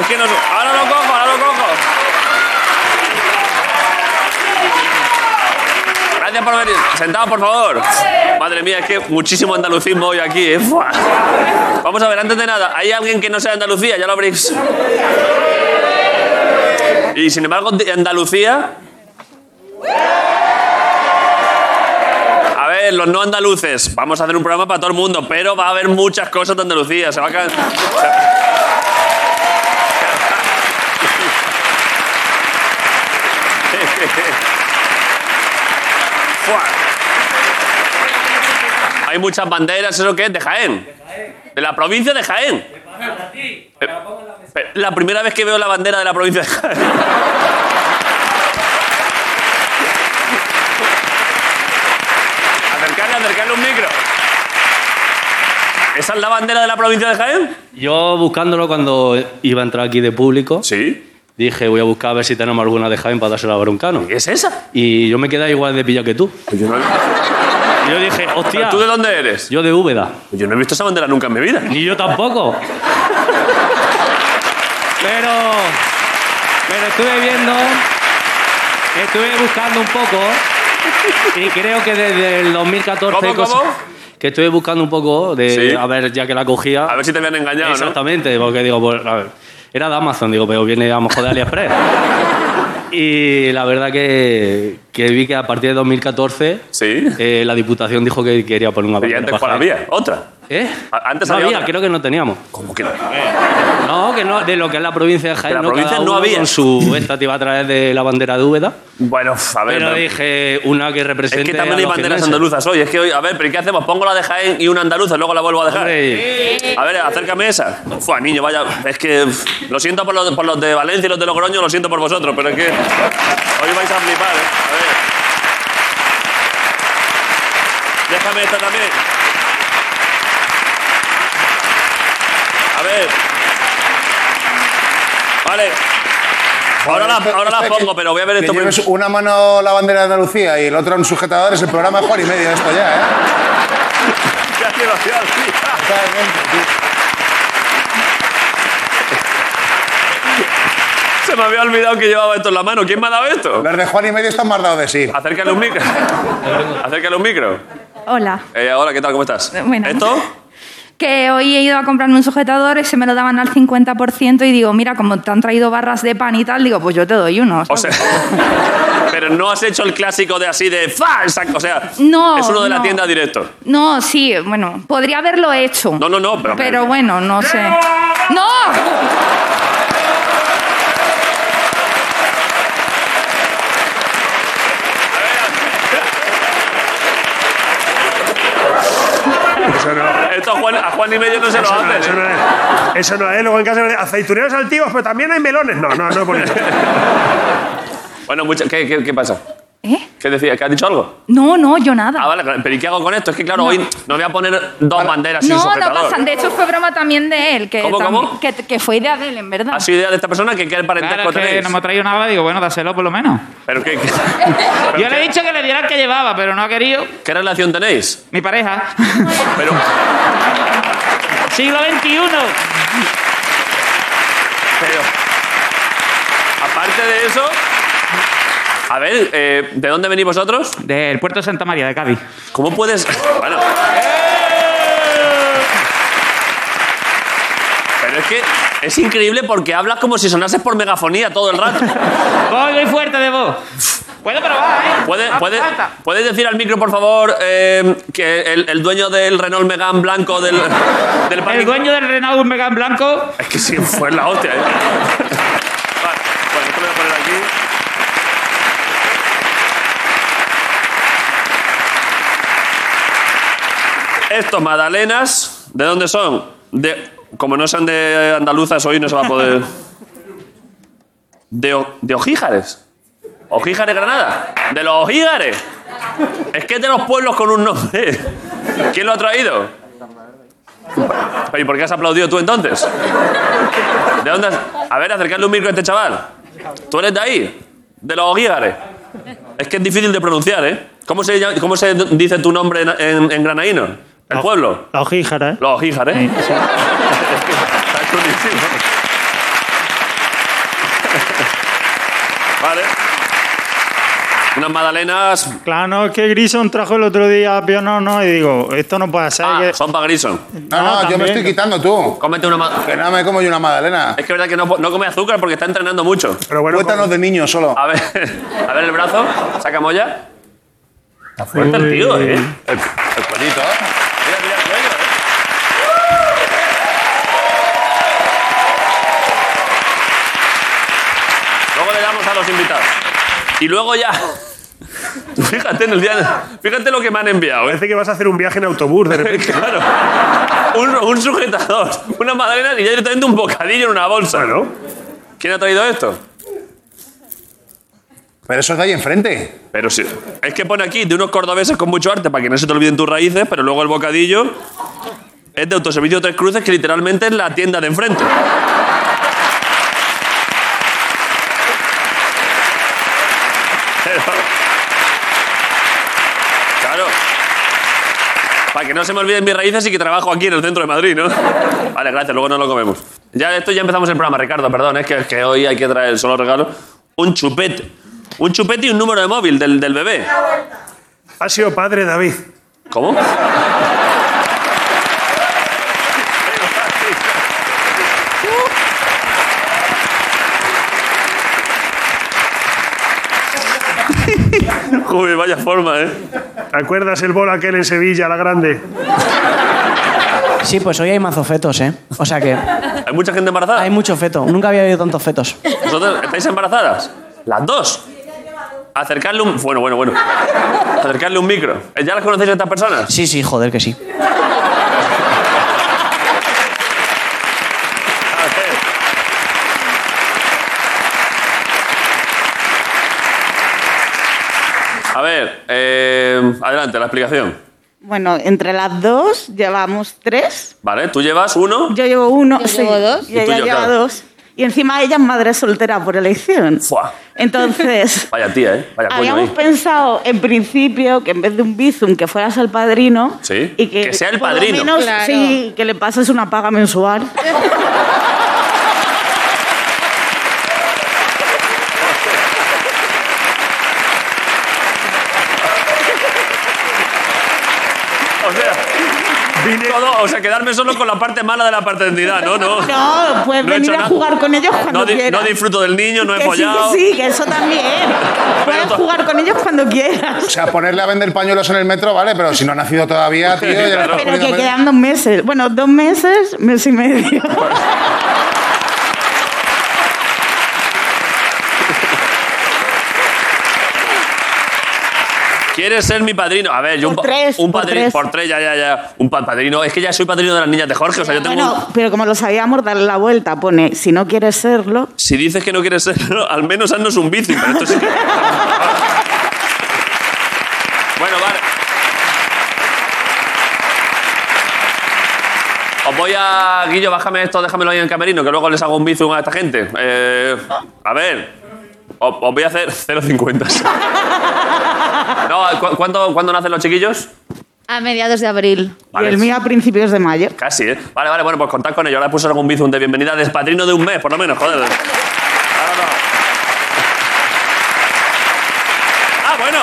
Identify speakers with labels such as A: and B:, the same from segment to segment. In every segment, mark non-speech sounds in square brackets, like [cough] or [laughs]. A: haciendo su... Ahora lo cojo, ahora lo cojo. Gracias por venir. Sentado, por favor. Madre mía, es que muchísimo andalucismo hoy aquí. ¿eh? Fua. Vamos a ver, antes de nada, ¿hay alguien que no sea de Andalucía? Ya lo habréis. Y sin embargo, de Andalucía. A ver, los no andaluces. Vamos a hacer un programa para todo el mundo, pero va a haber muchas cosas de Andalucía. Se va a ca- Fua. Hay muchas banderas, ¿eso qué es? De Jaén. De la provincia de Jaén. Eh, La primera vez que veo la bandera de la provincia de Jaén. acercarle, acercarle un micro. ¿Esa es la bandera de la provincia de Jaén?
B: Yo buscándolo cuando iba a entrar aquí de público,
A: Sí.
B: dije voy a buscar a ver si tenemos alguna de Jaén para dársela a Broncano.
A: ¿Qué es esa?
B: Y yo me quedé igual de pillado que tú.
A: Pues Yo no,
B: Y yo dije, hostia,
A: ¿Tú de dónde eres?
B: yo de Úbeda.
A: Pues Yo no he visto esa bandera nunca en mi vida.
B: Ni yo tampoco. Pero, pero estuve viendo, estuve buscando un poco y creo que desde el 2014...
A: ¿Cómo,
B: cosa-
A: cómo?
B: Que estuve buscando un poco de,
A: Sí.
B: a ver, ya que la cogía.
A: A ver si te habían engañado, ¿no?
B: Exactamente, porque digo, pues, a ver, era de Amazon, digo, pero viene a lo mejor
A: [laughs]
B: de AliExpress. y la verdad que, que vi que a partir de 2014
A: Sí.
B: eh, la Diputación dijo que quería poner una
A: ¿Y
B: bandera
A: antes cuál
B: para
A: había? ¿Otra?
B: Jaén. ¿Eh?
A: A- antes
B: no
A: había
B: había,
A: otra.
B: creo que no teníamos.
A: ¿Cómo que no?
B: No, que no, de lo que es la provincia de Jaén.
A: la
B: no,
A: provincia
B: cada
A: no
B: uno
A: había. [laughs]
B: Con su esta te iba a traer de la bandera de Úbeda.
A: Bueno, a ver.
B: Pero
A: no.
B: dije una que represente.
A: Es que
B: a
A: también hay
B: los
A: banderas
B: jiennenses.
A: andaluzas hoy. Es que hoy, a ver, pero ¿y ¿qué hacemos? Pongo la de Jaén y una andaluza, luego la vuelvo a dejar.
B: Hombre,
A: A ver, acércame esa. Fua, niño, vaya. Es que. uf, Lo siento por los, por los de Valencia y los de Logroño, lo siento por vosotros, pero es que. Hoy vais a flipar, ¿eh? A ver. Déjame esta también. A ver. Vale. Ahora la, ahora la pongo, pero voy a ver
C: Que
A: esto primero.
C: lleves una mano la bandera de Andalucía y el otro un sujetador, es el programa es Juan y medio esto ya, ¿eh?
A: [laughs] Ya que lo hacía así.
C: Totalmente, tío.
A: Se me había olvidado que llevaba esto en la mano. ¿Quién me ha dado esto?
C: Los de Juan y medio están más dados de sí.
A: Acércale un micro. Acércale un micro.
D: Hola.
A: Eh, hola, ¿qué tal? ¿Cómo estás?
D: Bueno.
A: ¿Esto?
D: Que hoy he ido a comprarme un sujetador y se me lo daban al 50% y digo, mira, como te han traído barras de pan y tal, digo, pues yo te doy uno.
A: O
D: ¿sabes?
A: sea, [laughs] pero no has hecho el clásico de así de fa, sac- o sea,
D: No,
A: es uno de la
D: no.
A: tienda directo.
D: No, sí, bueno, podría haberlo hecho.
A: No, no, no, pero,
D: Pero bueno, no sé. ¡No!
E: Eso no.
A: esto a Juan, a Juan y medio no se lo
E: Eso no,
A: hace.
E: eso
A: ¿eh?
E: no es. Eso no es. Luego en casa aceituneros altivos, pero también hay melones. No, no, no por eso.
A: Bueno, mucha- ¿qué, qué, qué pasa?
D: ¿Eh?
A: ¿Qué decía? ¿Que has dicho algo?
D: No, no, yo nada.
A: Ah, vale, pero ¿y qué hago con esto? Es que claro,
D: No.
A: hoy no voy a poner dos banderas sin
D: no, no
A: sujetador.
D: pasan. De hecho, fue broma también de él. Que
A: ¿Cómo,
D: tam-
A: cómo? Ah,
D: Que, que fue idea de él, en verdad.
A: ha sido idea de esta persona que qué parentesco
F: Claro, es que
A: tenéis.
F: no me ha traído nada, digo, bueno, dáselo por lo menos.
A: Pero qué, qué-
F: Yo le he dicho que le diera el que llevaba, pero no ha querido.
A: ¿qué relación tenéis?
F: Mi pareja.
A: Pero,
F: Siglo XXI.
A: Pero, aparte de eso, a ver, eh, ¿de dónde venís vosotros?
F: Del puerto de Santa María, de Cádiz.
A: ¿Cómo puedes...? Bueno. Pero es que es increíble porque hablas como si sonases por megafonía todo el rato.
F: Voy muy fuerte de voz. Puedo probar, ¿eh?
A: ¿Puedes,
F: Hace
A: puedes,
F: falta.
A: puedes decir al micro, por favor, eh, que el, el dueño del Renault Megane blanco del... del
F: El dueño del Renault Megan Blanco.
A: Es que sí, fue la hostia, ¿eh? Vale, bueno, esto lo voy a poner aquí. Estos magdalenas, ¿de dónde son? De, como no sean de andaluzas hoy no se va a poder... De, O- de Ojíjares. Ojíjares Granada. De los Ojíjares. Es que es de los pueblos con un nombre. ¿Quién lo ha traído? ¿Y por qué has aplaudido tú entonces? ¿De dónde has- A ver, acercarle un micro a este chaval. ¿Tú eres de ahí? De los Ojígares. Es que es difícil de pronunciar, ¿eh? ¿Cómo se, llama- cómo se dice tu nombre en, en- en granaíno? ¿El pueblo?
E: La
G: ¿eh?
E: ojíjara,
A: Los Ojígares. Está chulísimo. [laughs] Vale. Unas magdalenas.
G: Claro, no, es que Grison trajo el otro día pionono no, y digo, esto no puede ser.
A: Ah,
G: que-
A: son para Grison.
C: No, no, yo me
G: también.
C: estoy quitando tú.
A: Cómete una ma-
C: Que nada me como yo una magdalena.
A: Es que es verdad que no, no come azúcar porque está entrenando mucho.
E: Pero bueno,
C: Cuéntanos de
A: pues-
C: niño solo.
A: A ver, [laughs] a ver el brazo. Saca molla. Está fuerte el tío, ¿eh? El, el cuellito. Mira, mira el cuello, ¿eh? Luego le damos a los invitados. Y luego ya... [laughs] Fíjate en el día... Fíjate lo que me han enviado, ¿eh? [laughs]
E: parece que vas a hacer un viaje en autobús de repente.
A: Claro. Un, un sujetador, una madalena y ya directamente un bocadillo en una bolsa.
E: Bueno,
A: ¿Quién ha traído esto?
C: Pero eso es de ahí enfrente.
A: Pero sí. Es que pone aquí de unos cordobeses con mucho arte para que no se te olviden tus raíces, pero luego el bocadillo es de Autoservicio Tres Cruces, que literalmente es la tienda de enfrente. Pero- claro. Para que no se me olviden mis raíces y que trabajo aquí en el centro de Madrid, ¿no? Vale, gracias, luego no lo comemos. Ya esto ya empezamos el programa, Ricardo, perdón, es que, es que hoy hay que traer solo regalo. Un chupete. Un chupete y un número de móvil del, del bebé.
E: ha sido padre David.
A: ¿Cómo? Joder, vaya forma, ¿eh?
E: ¿Te acuerdas el bol aquel en Sevilla, la grande?
H: Sí, pues hoy hay mazo fetos, ¿eh? O sea que
A: ¿Hay mucha gente embarazada?
H: hay mucho feto. Nunca había habido tantos fetos.
A: ¿Vosotras estáis embarazadas? Las dos. Acercarle un. Bueno, bueno, bueno. Acercarle un micro. ¿Ya las conocéis a estas personas?
H: Sí, sí, joder que sí.
A: A ver. A ver, eh, adelante, la explicación.
I: Bueno, entre las dos llevamos tres.
A: Vale, tú llevas uno.
I: Yo llevo uno.
J: Yo llevo dos.
I: Y
A: Y tú
I: ella
A: yo,
I: lleva
A: claro.
I: dos. Y encima ella es madre soltera por elección.
A: Fua. [laughs]
I: Entonces,
A: Vaya tía, ¿eh? Vaya coño
I: habíamos
A: ahí.
I: pensado en principio que en vez de un bizum que fueras al padrino.
A: Sí,
I: Y que,
A: que sea el
I: por lo
A: padrino.
I: menos,
J: Claro.
I: Sí, que le pases una paga mensual.
J: [laughs]
A: O sea, todo- o sea, quedarme solo con la parte mala de la paternidad, ¿no?
I: [laughs]
A: No,
I: No, puedes
A: No he
I: venir
A: hecho
I: a
A: nada.
I: jugar con ellos cuando
A: No di-
I: quieras.
A: no disfruto del niño, no he
I: que sí,
A: follado.
I: que sí, que eso también. puedes
A: to-
I: jugar con ellos cuando quieras.
C: O sea, ponerle a vender pañuelos en el metro, vale, pero si no ha nacido todavía, tío. ya le
A: Claro.
C: estás
I: Pero
C: poniendo
I: que
C: medio-
I: quedan dos meses. Bueno, dos meses, mes
A: [laughs]
I: y medio.
A: ¿Quieres ser mi padrino? A ver, yo un,
I: Por
A: pa-
I: tres,
A: un
I: por
A: padrino.
I: tres.
A: Por tres, ya, ya, ya. Un pa- padrino. Es que ya soy padrino de las niñas de Jorge. O sea, yo tengo. un-
I: Bueno, pero como lo sabíamos, darle la vuelta. Pone, si no quieres serlo,
A: Si dices que [laughs] no quieres serlo, al menos haznos un bici. Pero esto sí que- bueno, vale. Os voy a. Guillo, bájame esto, déjamelo ahí en el camerino, que luego les hago un bizum a esta gente. Eh, a ver. Os, os voy a hacer [laughs] 0,50. No, ¿cu- cuánto- ¿Cuándo nacen los chiquillos?
J: A mediados de abril.
A: Vale.
I: y el mío a principios de mayo.
A: Casi, ¿eh? Vale, vale, bueno, pues contad con ello. Ahora puse algún bizum de bienvenida de padrino de un mes, por lo menos, joder. Ahora no. Ah, bueno.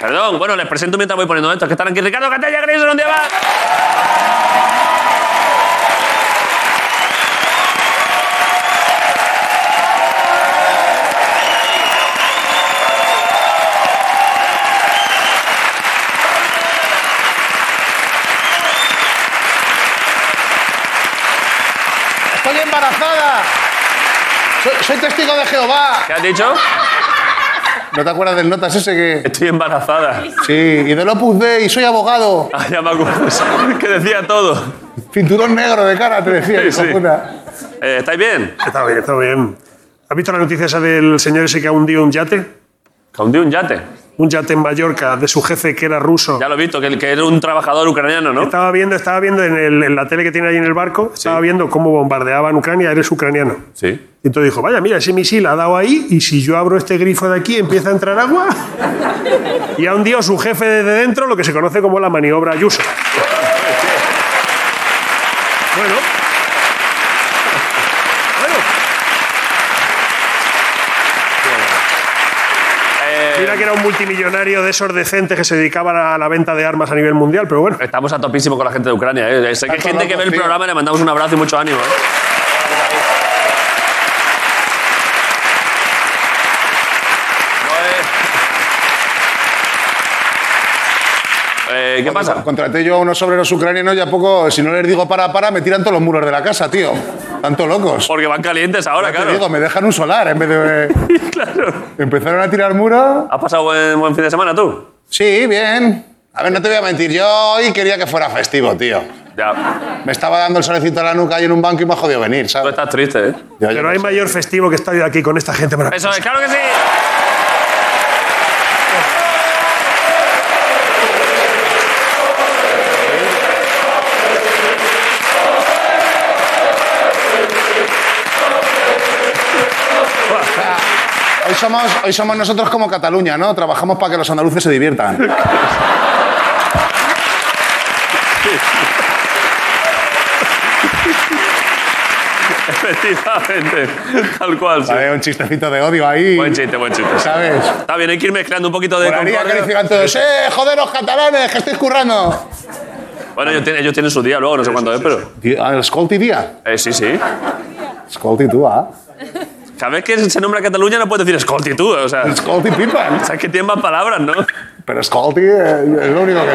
A: Perdón, bueno, les presento mientras voy poniendo esto. Que están aquí Ricardo Catella, Grayson, un día más.
C: ¡Estoy embarazada! Soy, soy testigo de Jehová.
A: ¿Qué has dicho?
C: ¿No te acuerdas del notas ese que.?
A: Estoy embarazada.
C: Sí, y del Opus Dei, soy abogado.
A: Ah, ya me acuerdo. [laughs] Que decía todo.
C: Cinturón negro de cara, te decía,
A: Sí,
C: hijo
A: sí.
C: puta.
A: Eh, ¿Estáis bien?
E: Está bien, está bien. ¿Has visto la noticia esa del señor ese que ha hundido un yate?
A: Que hundió un yate.
E: Un yate en Mallorca de su jefe que era ruso.
A: Ya lo he visto, que, que era un trabajador ucraniano, ¿no?
E: Estaba viendo, estaba viendo en, el- en la tele que tiene ahí en el barco, estaba viendo cómo bombardeaban Ucrania, eres ucraniano.
A: Sí.
E: Y entonces dijo, vaya, mira, ese misil ha dado ahí y si yo abro este grifo de aquí empieza a entrar agua. y ha hundido su jefe desde dentro, lo que se conoce como la maniobra Ayuso. bueno, un multimillonario de esos decentes que se dedicaban a la venta de armas a nivel mundial, pero bueno.
A: Estamos a topísimo con la gente de Ucrania. ¿eh? Sé que hay
C: Tanto
A: gente que
C: loco,
A: ve el
C: tío.
A: programa y le mandamos un abrazo y mucho ánimo. ¿eh? No, eh. Eh, ¿Qué pasa?
C: Contraté yo a unos obreros ucranianos y a poco, si no les digo para, para, me tiran todos los muros de la casa, tío. Tanto locos.
A: Porque van calientes ahora,
C: Te digo,
A: claro.
C: me dejan un solar en vez de...
A: [laughs] claro.
C: Empezaron a tirar muros.
A: ¿Has pasado buen, buen fin de semana tú?
C: Sí, bien. A ver, no te voy a mentir, yo hoy quería que fuera festivo, tío.
A: Ya.
C: Me estaba dando el solecito a la nuca ahí en un banco y me ha jodido venir,
A: Tú
C: ¿sabes?
A: estás triste, ¿eh?
C: Yo- yo
E: Pero
C: no
E: hay
C: sé.
E: mayor festivo que estar aquí con esta gente. maravillosa.
A: Eso es, claro que sí.
C: Ah, Hoy somos, hoy somos nosotros como Cataluña, ¿no? Trabajamos para que los andaluces se diviertan.
A: [laughs] Efectivamente. Tal cual, sí.
C: Vale, un chistecito de odio ahí.
A: Buen chiste, buen chiste.
C: ¿Sabes?
A: Está bien, hay que ir mezclando un poquito de
C: Molaría que le
A: concordia.
C: hicieran todos, ¡eh, joder, los catalanes, que estáis currando!
A: Bueno, ellos tienen, ellos tienen su día luego, no sé cuándo es, pero...
C: Tío, ah, Escolti, tía.
A: Eh, sí, sí.
C: Escolti tú, ¿ah?
A: Cada vez que se nombra Cataluña no puedes decir escolti tú, o sea...
C: Escolti pipa.
A: Sabes que tienen más palabras, ¿no?
C: Pero Escolti eh, es lo único que...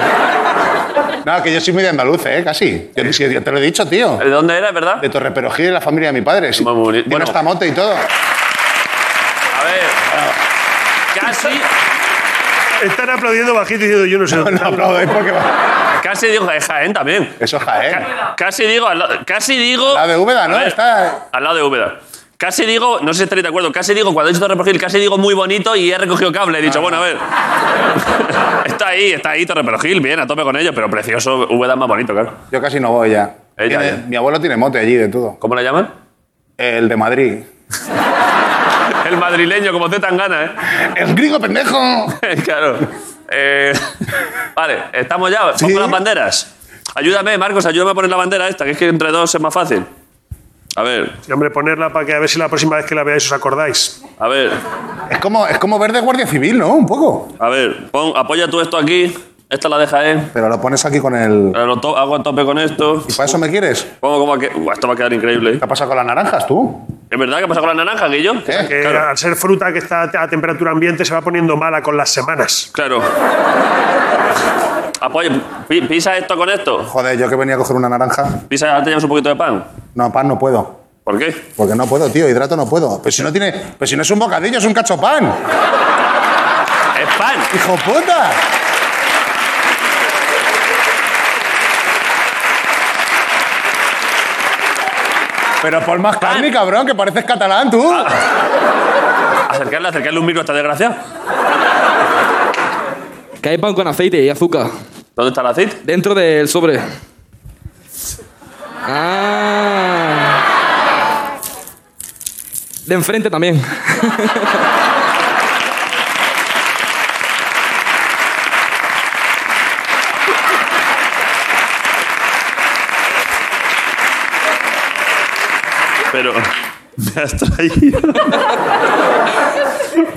C: No, que yo soy muy de andaluz, ¿eh? Casi. Yo, sí, yo te lo he dicho, tío.
A: ¿De dónde era, verdad?
C: De Torreperogil y la familia de mi padre. Sí.
A: Muy bonito.
C: Tiene
A: Bueno.
C: hasta mote y
A: [laughs]
C: todo.
A: A ver... Casi,
E: Están aplaudiendo bajito diciendo yo no sé.
C: No aplaudáis porque... va-
A: casi digo de Jaén también.
C: Eso es Jaén.
A: Ca- Casi digo... al lado- Casi digo...
C: La de Úbeda,
A: A
C: ¿no?
A: ver,
C: Está...
A: Al lado de Úbeda. Casi digo, no sé si estaréis de acuerdo, casi digo, cuando he dicho Torreperogil, casi digo muy bonito y he recogido cable. He dicho, bueno, a ver. [laughs] está ahí, está ahí Torreperogil, bien, a tope con ello, pero precioso, Úbeda es más bonito, claro.
C: Yo casi no voy ya.
A: Eh, ya,
C: Tiene-
A: ya.
C: Mi abuelo tiene mote allí de todo.
A: ¿Cómo la llaman?
C: El de Madrid.
A: El madrileño, como te ¿eh? tan gana,
C: ¡El gringo pendejo!
A: ¿eh? [laughs] claro. Eh, vale, estamos ya. Pongo
C: Sí.
A: las banderas. Ayúdame, Marcos, ayúdame a poner la bandera esta, que es que entre dos es más fácil. A ver,
E: Sí, hombre, ponerla para que a ver si la próxima vez que la veáis os acordáis.
A: a ver,
C: Es como, es como ver de Guardia Civil, ¿no? Un poco.
A: a ver. Pon, apoya tú esto aquí. Esta la deja él.
C: Pero lo pones aquí con el...
A: Lo to- hago a tope con esto.
C: ¿Y para eso me quieres?
A: ¿Cómo, cómo va a que- Buah, esto va a quedar increíble. ¿eh?
C: ¿Qué ha pasado con las naranjas, tú?
A: ¿Es verdad que pasa con la naranja, Guillo?
C: ¿Eh?
E: Que
A: Claro.
E: al ser fruta que está a temperatura ambiente se va poniendo mala con las semanas.
A: Claro. Apoya, pi- pisa esto con esto.
C: Joder, yo que venía a coger una naranja.
A: Pisa, ahora te llevas un poquito de pan.
C: No, pan no puedo.
A: ¿Por qué?
C: Porque no puedo, tío. Hidrato no puedo. Pero si no tiene. Pero si no es un bocadillo, es un cachopán.
A: ¡Es pan!
C: ¡Hijo puta! Pero por más carne, cabrón, que pareces catalán, tú.
A: Acercarle, acercarle un micro a esta desgracia.
F: ¿eh?
B: Que hay pan con aceite y azúcar.
A: ¿Dónde está el aceite?
B: Dentro del sobre. Ah. De enfrente también.
A: Pero. Me has traído.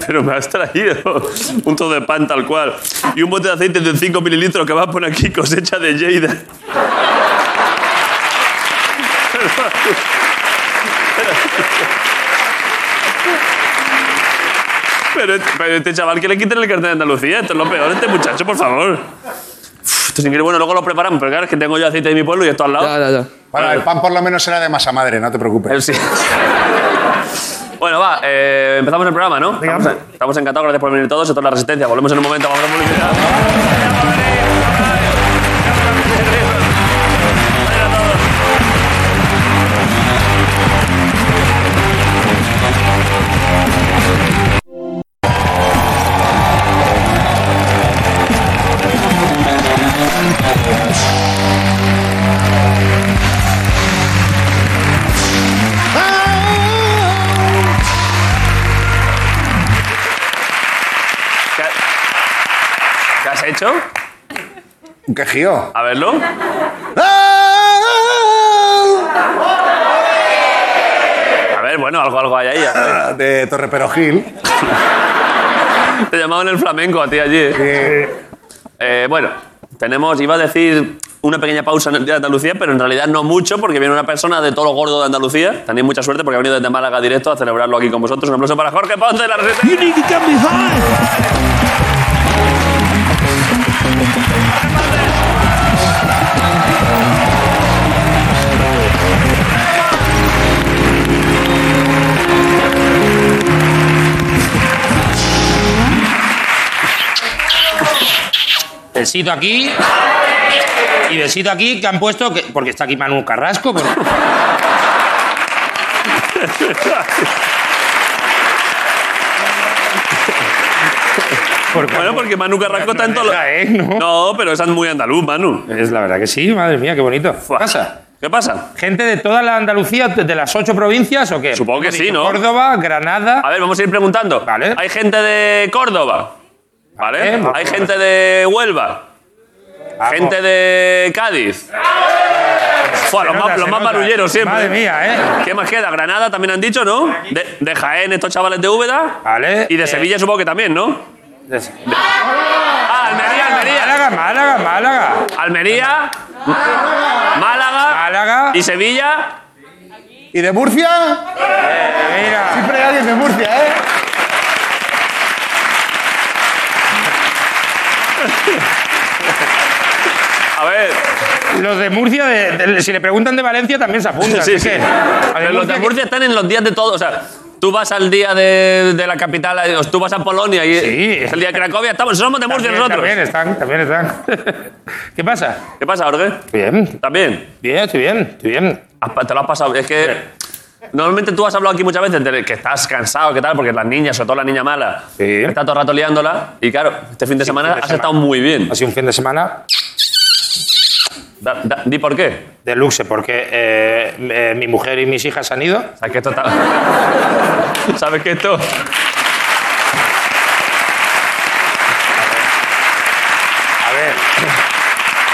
A: Pero me has traído un todo de pan tal cual. Y un bote de aceite de 5 mililitros que vas a poner aquí, cosecha de Lleida. Pero, pero este chaval que le quiten el cartel de Andalucía, esto es lo peor, este muchacho, por favor. Uf, Esto es increíble. Bueno, luego lo preparamos, pero claro, es que tengo yo aceite de mi pueblo y esto al lado.
C: Bueno, el pan por lo menos era de masa madre, no te preocupes.
A: Él sí. [laughs] bueno, va, eh, empezamos el programa, ¿no?
E: Venga.
A: Estamos, estamos encantados, gracias por venir todos. Esto es La Resistencia. Volvemos en un momento, vamos a publicidad. ¿Qué, qué has hecho?
C: Un quejío.
A: A verlo.
C: ¡Ah!
A: A ver, bueno, algo, algo hay ahí. a ver.
C: De Torreperogil.
A: Te llamaban el flamenco a ti allí. ¿eh? Eh, bueno, tenemos, iba a decir una pequeña pausa en el Día de Andalucía, pero en realidad no mucho, porque viene una persona de todo lo gordo de Andalucía. Tenéis mucha suerte porque ha venido desde Málaga directo a celebrarlo aquí con vosotros. Un aplauso para Jorge Ponce de la Resistencia.
F: Besito aquí. Y besito aquí que han puesto. que- porque está aquí Manu Carrasco. pero-
A: Bueno, porque Manu Carrasco está en todo lo-
F: Esa, ¿eh? ¿No?
A: No, pero es muy andaluz, Manu.
F: Es la verdad que sí, madre mía, qué bonito. ¿Qué pasa?
A: ¿Qué pasa?
F: ¿Gente de toda la Andalucía, de las ocho provincias o qué?
A: Supongo que sí, ¿no?
F: Córdoba, Granada.
A: A ver, vamos a ir preguntando.
F: Vale.
A: Hay gente de Córdoba. ¿Vale?
F: Vale. pues
A: Hay gente de Huelva.
F: Vamos.
A: Gente de Cádiz. Fua, los
F: Se
A: más,
F: nota,
A: los
F: se
A: más
F: nota.
A: barulleros siempre.
F: Madre mía, ¿eh?
A: ¿Qué más queda? Granada también han dicho, ¿no? De, de Jaén, estos chavales de Úbeda.
F: Vale.
A: Y de
F: Eh,
A: Sevilla supongo que también, ¿no?
F: de-
A: Ah, Almería, Almería.
F: Málaga, Málaga, Málaga.
A: Almería. Málaga.
F: Málaga.
A: Y Sevilla.
C: ¿Y de Murcia?
F: Mira.
C: Siempre hay alguien de Murcia, ¿eh?
A: A ver,
F: Los de Murcia, de- de- si le preguntan de Valencia, también se apuntan.
A: Sí,
F: así
A: sí.
F: que-
A: pero los de Murcia están en los días de todo. O sea, tú vas al día de, de la capital, eh, tú vas a Polonia y
F: Sí.
A: es el día de Cracovia. Estamos, somos de Murcia
F: También,
A: nosotros.
F: también están, también están. [laughs] ¿Qué pasa?
A: ¿Qué pasa, Jorge?
F: Bien,
A: También.
F: bien, estoy bien, estoy bien.
A: Has pa- Te lo has pasado. Es que normalmente tú has hablado aquí muchas veces de que estás cansado, que tal, porque las niñas, sobre todo la niña mala,
F: Sí.
A: está todo el rato liándola. Y claro, este fin de semana
F: fin de
A: has
F: semana.
A: estado muy bien.
F: Ha sido un fin de semana
A: Da- da- di por qué.
F: de luxe porque eh, eh, mi mujer y mis hijas han ido.
A: ¿Sabes que esto está- [laughs] ¿Sabes que esto?
F: A ver,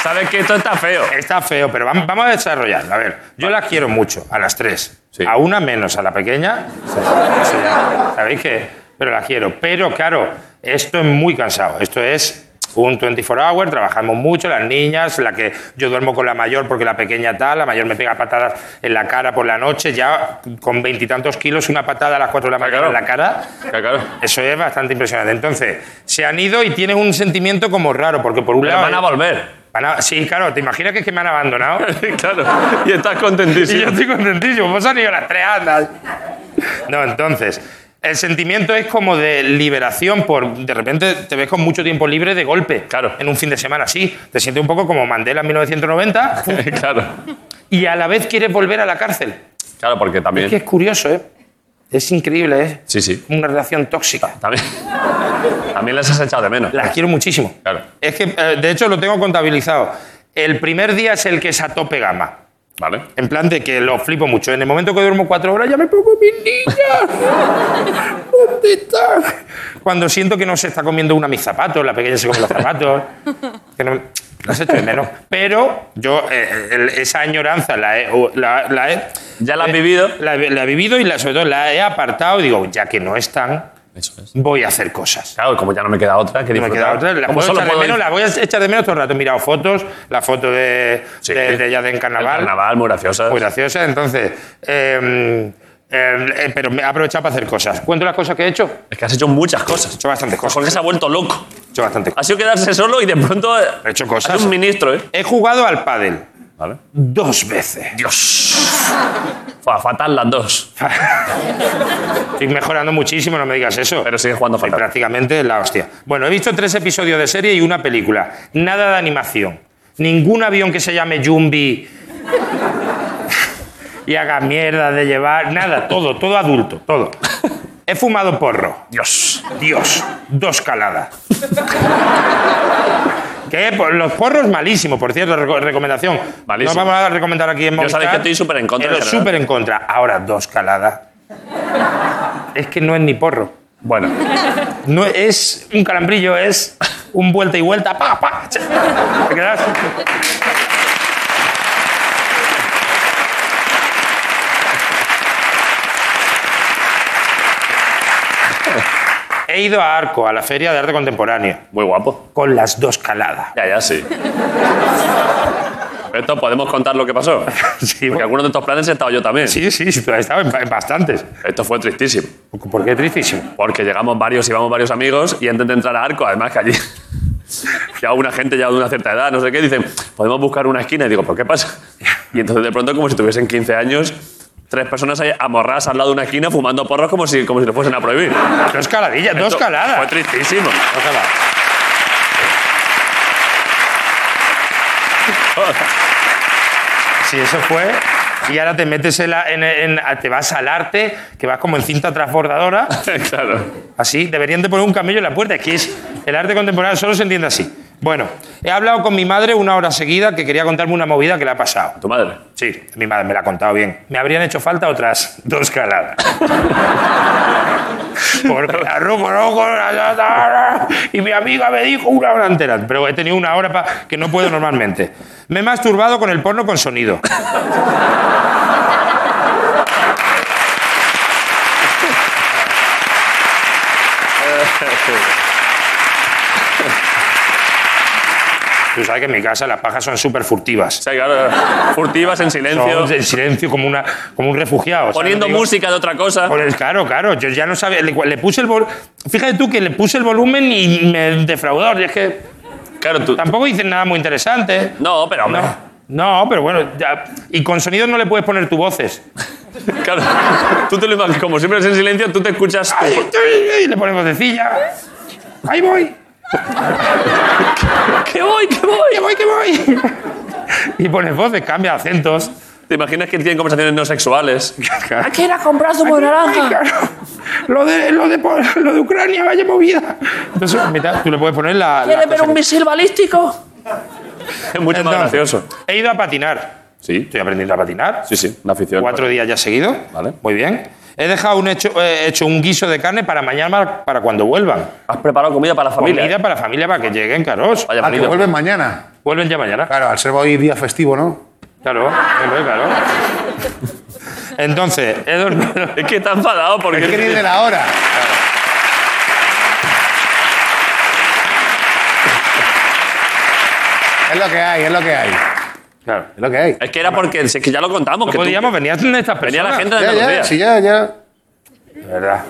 A: ¿Sabes que esto está feo?
F: está feo, pero vam- vamos a desarrollar. A ver, yo las quiero mucho, a las tres.
A: Sí.
F: A una menos, a la pequeña. o sea, ¿Sabéis qué? Pero las quiero. Pero claro, esto es muy cansado. Esto es un 24 hour, trabajamos mucho, las niñas, la que yo duermo con la mayor porque la pequeña tal, la mayor me pega patadas en la cara por la noche, ya con veintitantos kilos, una patada a las cuatro de la mañana
A: claro.
F: en la cara.
A: Claro, claro.
F: Eso es bastante impresionante. Entonces, se han ido y tienen un sentimiento como raro, porque por un
A: Pero
F: lado.
A: van a volver.
F: Van a- sí, claro, te imaginas que, es que me han abandonado.
A: [laughs] claro. Y estás
F: y yo
A: contentísimo.
F: estoy contentísimo, pues vos han ido las tres andas. No, entonces, el sentimiento es como de liberación, por de repente te ves con mucho tiempo libre de golpe.
A: Claro.
F: En un fin de semana, sí. Te sientes un poco como Mandela en 1990
A: [laughs] Eh, claro.
F: y a la vez quieres volver a la cárcel.
A: Claro, porque
F: Es que
A: también.
F: es curioso, ¿eh? Es increíble, ¿eh?
A: Sí, sí.
F: Una relación tóxica.
A: También, [laughs] también les has echado de menos.
F: Las quiero muchísimo.
A: Claro.
F: Es que, eh, de hecho, lo tengo contabilizado. El primer día es el que es a tope gama.
A: Vale.
F: En plan de que lo flipo mucho. En el momento que duermo cuatro horas, ya me pongo mis niñas. ¿Dónde están? Cuando siento que no se está comiendo una mis zapatos, la pequeña se come los zapatos. Que no, las echo de menos. Pero yo eh, el- esa añoranza la he, o la- la he-
A: Ya la has
F: eh,
A: vivido.
F: La, he- la he vivido y la- sobre todo la he apartado. Digo, ya que no están, voy a hacer cosas.
A: Claro, como ya no me queda otra, que
F: No me
A: disfrutar.
F: queda otra, La,
A: Como
F: puedo
A: solo
F: echar de
A: puedo
F: menos, la voy a echar de menos todo el rato. He mirado fotos, la foto de,
A: Sí.
F: de, de ella de en
A: El
F: carnaval.
A: carnaval, muy graciosa.
F: Muy Pues graciosa, entonces. eh, eh, eh, pero me he aprovechado para hacer cosas. ¿Cuento las cosas que he hecho? He
A: Es que has hecho muchas cosas.
F: hecho bastantes cosas.
A: Jorge se ha vuelto loco.
F: He hecho bastantes
A: Ha
F: cosas.
A: sido quedarse solo y de pronto. eh,
F: He hecho cosas.
A: Ha sido un ministro, ¿eh?
F: He jugado al pádel
A: Vale.
F: dos veces.
A: Dios. Fua, fatal las dos.
F: Estoy mejorando muchísimo, no me digas eso.
A: Pero sigue jugando
F: Soy
A: fatal.
F: prácticamente la hostia. Bueno, he visto tres episodios de serie y una película. Nada de animación. Ningún avión que se llame Jumbi [laughs] y haga mierda de llevar. Nada, todo, todo adulto, todo. He fumado porro.
A: Dios.
F: Dios, dos caladas. que por- los porros malísimo, por cierto, reco- recomendación.
A: Malísimo.
F: No vamos a recomendar aquí en
A: Yo
F: Movistar.
A: sabéis que estoy súper en contra en
F: Pero
A: general.
F: súper en contra. Ahora, dos caladas. es que no es ni porro.
A: Bueno,
F: No es un calambrillo, es un vuelta y vuelta. Pa, pa. ¿Te quedas? He he ido a Arco, a la Feria de Arte Contemporáneo.
A: Muy guapo.
F: Con las dos caladas.
A: Ya, ya, sí. Esto podemos contar lo que
F: [laughs]
A: pasó. Porque algunos de estos planes he estado yo también.
F: Sí, sí, sí, tú has estado en, ba- en bastantes.
A: Esto fue tristísimo.
F: ¿Por qué tristísimo?
A: Porque llegamos varios, íbamos varios amigos y antes de entrar a Arco, además que allí [laughs] ya una gente ya de una cierta edad, no sé qué, dicen, podemos buscar una esquina. Y digo, ¿pero qué pasa? Y entonces de pronto, como si tuviesen 15 años, tres personas ahí amorradas al lado de una esquina fumando porros como si, como si lo fuesen a prohibir.
F: Dos caladillas, dos
A: Esto
F: caladas.
A: Fue tristísimo.
F: Dos caladas. Sí, eso fue. Y ahora te metes en, la- en- en- te vas al arte, que vas como en cinta transbordadora.
A: [laughs] claro.
F: Así, deberían de poner un camello en la puerta. Es que es, el arte contemporáneo solo se entiende así. Bueno, he hablado con mi madre una hora seguida que quería contarme una movida que le ha pasado.
A: Tu madre.
F: Sí, mi madre me la ha contado bien. Me habrían hecho falta otras dos caladas. Porque la roco, roco, la, la, la, la, y mi amiga me dijo una hora entera, pero he tenido una hora pa- que no puedo normalmente. Me he masturbado con el porno con sonido. Tú sabes que en mi casa las pajas son súper furtivas.
A: O sea, claro, furtivas en silencio,
F: Son en silencio como, una, como un refugiado. o sea,
A: poniendo
F: no digo-
A: música de otra cosa.
F: Pues claro, claro, yo ya no sabía. Le, le puse el vol- Fíjate tú que le puse el volumen y me defraudó. Y es que
A: Claro, tú.
F: tampoco dicen nada muy interesante.
A: No, pero hombre.
F: No, no, pero bueno, ya- y con sonido no le puedes poner tu voces.
A: [laughs] Claro, tú te lo imaginas, como siempre es en silencio, tú te escuchas.
F: Ay, estoy- y le pones vocecilla. Ahí voy,
A: [laughs] ¡Que voy, que voy!
F: que voy, que voy. [laughs] Y pones voces, cambia acentos.
A: ¿Te imaginas que tienen conversaciones no sexuales? [laughs]
F: Claro.
H: ¿Quién ha comprado zumo de
F: Ay,
H: naranja?
F: claro. Lo de, lo, de, Pol- lo de Ucrania, vaya movida. Entonces, mitad, tú le puedes poner la. la
H: ¿Quiere ver
F: cosa
H: un
F: que-
H: misil balístico?
A: Es mucho más
F: Entonces,
A: gracioso.
F: He ido a patinar.
A: Sí,
F: Estoy aprendiendo a patinar.
A: sí, sí, una afición.
F: Cuatro días ya seguido.
A: Vale.
F: Muy bien. He dejado un hecho, eh, hecho un guiso de carne para mañana, para cuando vuelvan.
A: Has preparado comida para la familia. eh.
F: Comida para la familia, para que lleguen, caros.
A: Vaya
C: Ah, que
A: bonito.
C: vuelven mañana.
F: Vuelven ya mañana.
C: Claro, al ser hoy día festivo, ¿no?
F: Claro, hombre,
A: [laughs]
F: claro. Entonces, he dormido.
A: Es que está enfadado porque.
C: Es que ni de la hora. Es lo que hay, es lo que hay.
F: Claro.
C: Es lo que hay.
A: Es que era porque. si es que ya lo contamos.
F: No
A: que tú-
F: podíamos, venía estas personas.
A: Venía la gente de
C: Ya,
A: Andalucía.
C: ya, sí, ya, ya.
F: De verdad.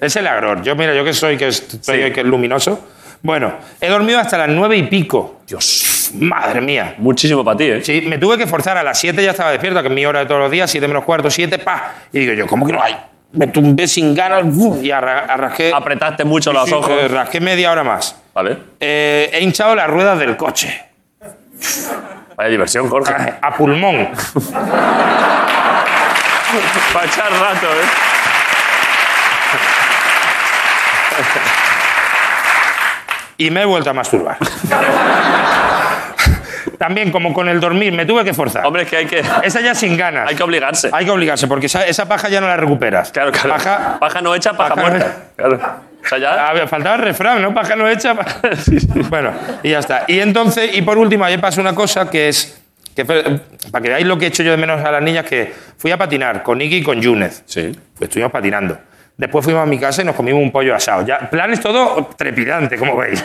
F: Es el agror. Yo, mira, yo que soy, que estoy que es luminoso. Bueno, he dormido hasta las nueve y pico. Dios. Madre mía.
A: Muchísimo para ti, ¿eh?
F: Sí, me tuve que forzar a las 7 ya estaba despierto, que es mi hora de todos los días, 7 menos cuarto, 7, pa. Y digo yo, ¿cómo que no hay? Me tumbé sin ganas buf, y arra- arrasqué.
A: Apretaste mucho los
F: sí,
A: ojos.
F: eh, rasqué media hora más.
A: Vale.
F: Eh, he hinchado las ruedas del coche.
A: Vaya diversión, Jorge.
F: A pulmón.
A: [laughs] para echar rato, ¿eh?
F: Y me he vuelto a masturbar.
A: [laughs]
F: También, como con el dormir, me tuve que forzar.
A: Hombre, es que hay que,
F: Esa ya sin ganas.
A: hay que obligarse.
F: Hay que obligarse, porque esa, esa paja ya no la recuperas.
A: Claro, claro.
F: Paja,
A: Paja no hecha, paja,
F: paja no Ah.
A: muerta. Claro. O sea, ya.
F: A ver, faltaba el refrán, ¿no? Paja no
A: [laughs]
F: hecha. pa- bueno, y ya está. Y entonces, y por último, ayer pasó una cosa que es. Que, fue- para que veáis lo que he hecho yo de menos a las niñas, que fui a patinar con Nicky y con Yunez.
A: Sí.
F: Pues estuvimos patinando. Después fuimos a mi casa y nos comimos un pollo asado. Ya, planes todo trepidante, como veis.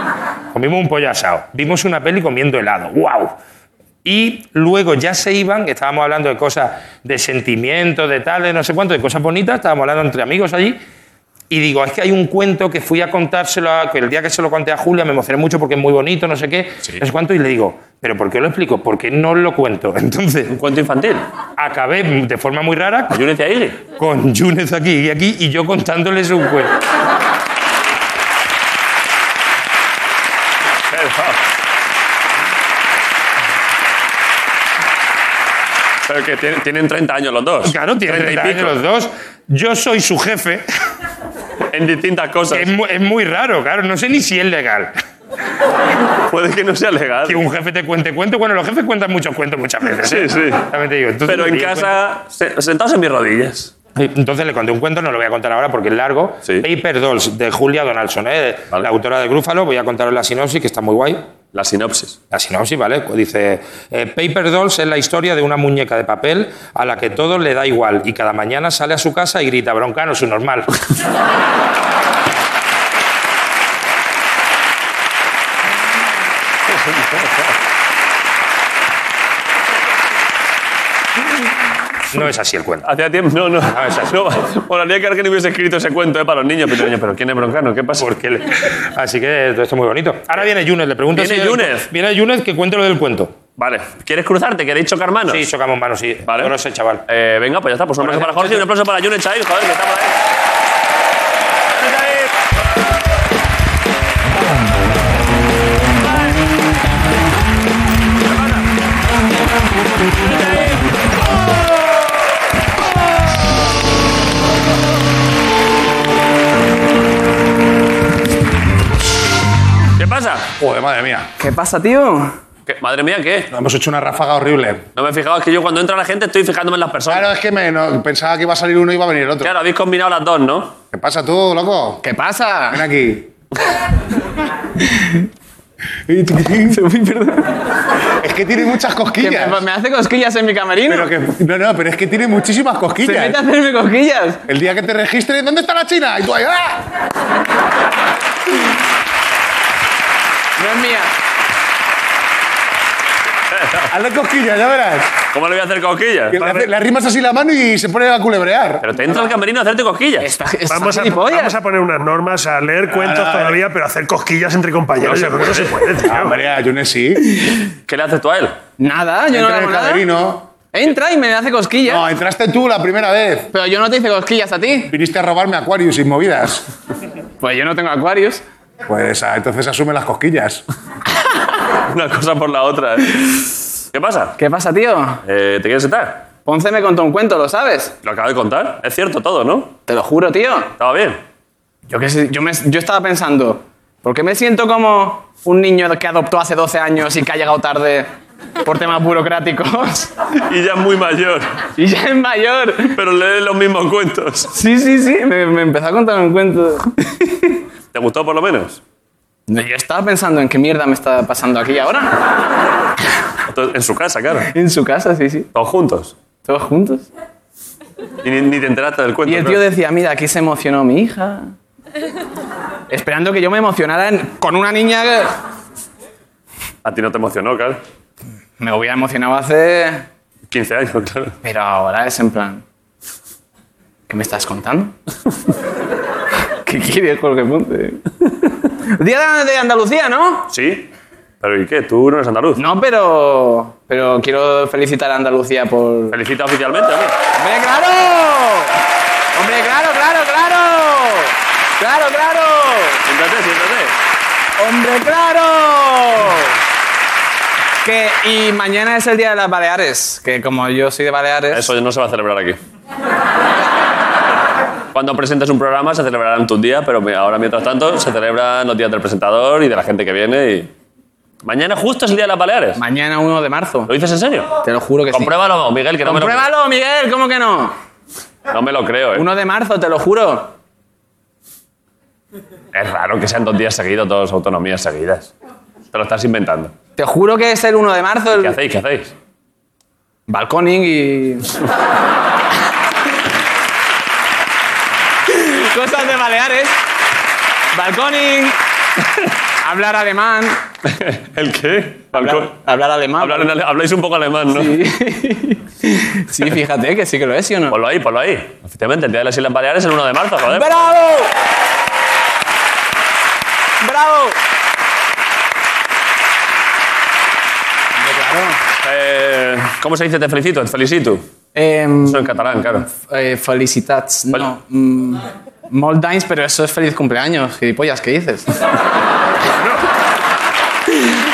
F: [laughs] Comimos un pollo asado. Vimos una peli comiendo helado. ¡Wow! Y luego ya se iban, que estábamos hablando de cosas de sentimientos, de tal, de no sé cuánto, de cosas bonitas, estábamos hablando entre amigos allí. Y digo, es que hay un cuento que fui a contárselo, a- que el día que se lo conté a Julia me emocioné mucho porque es muy bonito, no sé qué, no sé cuánto, y le digo, ¿pero por qué lo explico? Porque no lo cuento. [laughs] Entonces,
A: Un cuento infantil.
F: acabé de forma muy rara
A: Yo decía Iggy.
F: con Yunes aquí y aquí y yo contándoles un cuento.
A: Pero, Pero que tienen, tienen 30 años los dos.
F: Claro, tienen 30 años los dos. Yo soy su jefe.
A: En distintas cosas.
F: Es mu- es muy raro, claro. No sé ni si es legal.
A: Puede que no sea legal.
F: que un jefe te cuente cuentos. Bueno, los jefes cuentan muchos cuentos muchas veces.
A: Sí, sí.
F: También te digo. ¿eh? Entonces,
A: Pero
F: me
A: en
F: di
A: casa, se- sentados en mis rodillas.
F: cuenta- Entonces le conté un cuento, no lo voy a contar ahora porque es largo.
A: Sí.
F: Paper Dolls, de Julia Donaldson, ¿eh?
A: Vale.
F: la autora de Grúfalo. Voy a contaros la sinopsis, que está muy guay.
A: La sinopsis.
F: La sinopsis, ¿vale? Dice, eh, Paper Dolls es la historia de una muñeca de papel a la que todo le da igual y cada mañana sale a su casa y grita, broncano, su normal. [laughs] No es así el cuento.
A: Hacía tiempo. No, no.
F: Ah,
A: no molaría que alguien hubiese escrito ese cuento eh, para los niños pequeños. Pero ¿quién es broncano? ¿Qué pasa?
F: Porque le- Así que todo esto es muy bonito. Ahora viene Yunes, le pregunto.
A: ¿Viene
F: si-
A: Yunes?
F: Viene Yunes que cuente lo del cuento.
A: Vale. ¿Quieres cruzarte? ¿Queréis chocar manos?
F: Sí, chocamos manos, sí.
A: Vale.
F: No lo sé, chaval.
A: Eh, venga, pues ya está. Pues un aplauso para Jorge y un aplauso para June Chain. Joder, que está por ahí. Yune Chain. ¿Qué pasa?
C: Joder, madre mía.
H: ¿Qué pasa, tío?
A: ¿Qué- Madre mía, ¿qué?
C: Nos hemos hecho una ráfaga horrible.
A: No me he fijado, es que yo cuando entra la gente estoy fijándome en las personas.
C: Claro, es que me, no, pensaba que iba a salir uno y iba a venir el otro.
A: Claro, habéis combinado las dos, ¿no?
C: ¿Qué pasa tú, loco?
H: ¿Qué pasa?
C: Ven
H: [laughs]
C: aquí. es que tiene muchas
H: Que
C: cosquillas.
H: me, me hace cosquillas en mi camerino.
C: Pero que, no, no, pero es que tiene muchísimas
H: Se
C: cosquillas.
H: mete a hacerme cosquillas.
C: El día que te registres, ¿dónde está la China? Y tú ahí, ¡ah!
H: No es mía.
C: Hazle cosquillas, ya verás.
A: ¿Cómo le voy a hacer cosquillas?
C: Que Le, hace- le arrimas así la mano y se pone a culebrear.
H: [laughs]
A: Pero te entra al camerino a hacerte cosquillas.
H: Está, está
E: Vamos a,
H: gilipollas.
E: vamos a poner unas normas a leer
K: Ah,
E: cuentos todavía, pero hacer cosquillas entre compañeros yo creo que no se puede, tío.
C: Ah, hombre, a Yunes sí.
A: ¿Qué le haces tú a él?
H: Nada, yo no
C: Entra en
H: le hago
C: el
H: nada.
C: camerino.
H: Entra y me hace cosquillas.
C: No, entraste tú la primera vez.
H: Pero yo no te hice cosquillas a ti.
C: Viniste a robarme Aquarius sin movidas.
H: Pues yo no tengo acuarios.
C: Pues ah, entonces asume las cosquillas.
A: Una cosa por la otra. ¿eh? ¿Qué pasa?
H: ¿Qué pasa, tío?
A: Eh, ¿Te quieres sentar?
H: Ponce me contó un cuento, ¿lo sabes?
A: Lo acabo de contar. Es cierto todo, ¿no?
H: Te lo juro, tío.
A: Estaba bien.
H: Yo qué sé, yo, me, yo estaba pensando, ¿por qué me siento como un niño que adoptó hace 12 años y que ha llegado tarde por temas burocráticos? [laughs]
A: Y ya es muy mayor,
H: y ya es mayor.
A: pero lee los mismos cuentos.
H: Sí, sí, sí, me, me empezó a contar un cuento. [laughs]
A: ¿Te gustó por lo menos?
H: No, Yo estaba pensando en qué mierda me está pasando aquí ahora.
A: Entonces, En su casa, claro.
H: En su casa, sí, sí.
A: Todos juntos.
H: Todos juntos.
A: Y ni, ni te enteraste del cuento.
H: Y el
A: claro.
H: tío decía, mira, aquí se emocionó mi hija. Esperando que yo me emocionara en- con una niña que
A: A ti no te emocionó, claro.
H: me hubiera emocionado hace...
A: 15 años, [laughs] claro.
H: Pero ahora es en plan... ¿Qué me estás contando? [laughs] ¿Qué quieres, Jorge Ponte? Día de Andalucía, ¿no?
A: ¿Sí? ¿Pero y qué? ¿Tú no eres andaluz?
H: No, pero... Pero quiero felicitar a Andalucía por...
A: Felicita oficialmente, hombre.
H: ¡Hombre, claro! ¡Hombre, claro, claro, claro! ¡Claro, claro!
A: Siéntate, siéntate.
H: ¡Hombre, claro! Que, y mañana es el Día de las Baleares, que como yo soy de Baleares...
A: Eso no se va a celebrar
H: [laughs]
A: aquí. Cuando presentes un programa se celebrarán tus días, pero me- ahora mientras tanto se celebran los días del presentador y de la gente que viene. Y... Mañana justo es el día de las Baleares.
H: Mañana 1 de marzo.
A: ¿Lo dices en serio?
H: Te lo juro que sí.
A: Compruébalo, Miguel, que no me lo creo.
H: ¡Compruébalo, Miguel! ¿Cómo que no?
A: No me lo creo, ¿eh?
H: 1 de marzo, te lo juro.
A: Es raro que sean dos días seguidos, dos autonomías seguidas. Te lo estás inventando.
H: Te juro que es el 1 de marzo.
A: ¿Qué
H: El...
A: hacéis? ¿Qué hacéis?
H: Balconing
A: [laughs]
H: y... Cosas de Baleares. Balconing. Hablar alemán.
A: ¿El qué?
H: Hablar, hablar alemán.
A: Hablar en ale- Habláis un poco alemán, ¿no?
H: Sí. [laughs] sí, fíjate que sí que lo es, ¿sí o no?
A: Ponlo ahí, ponlo ahí. Efectivamente, el día de las Islas Baleares es el 1 de marzo, joder.
H: ¡Bravo! ¡Bravo!
A: Eh, ¿Cómo se dice te felicito? Te felicito.
H: Em,
A: Eso en catalán, claro.
H: eh, felicitats. No. Mm, molt d'anys, pero eso es feliz cumpleaños. Gilipollas, ¿qué
A: [laughs]
H: dices?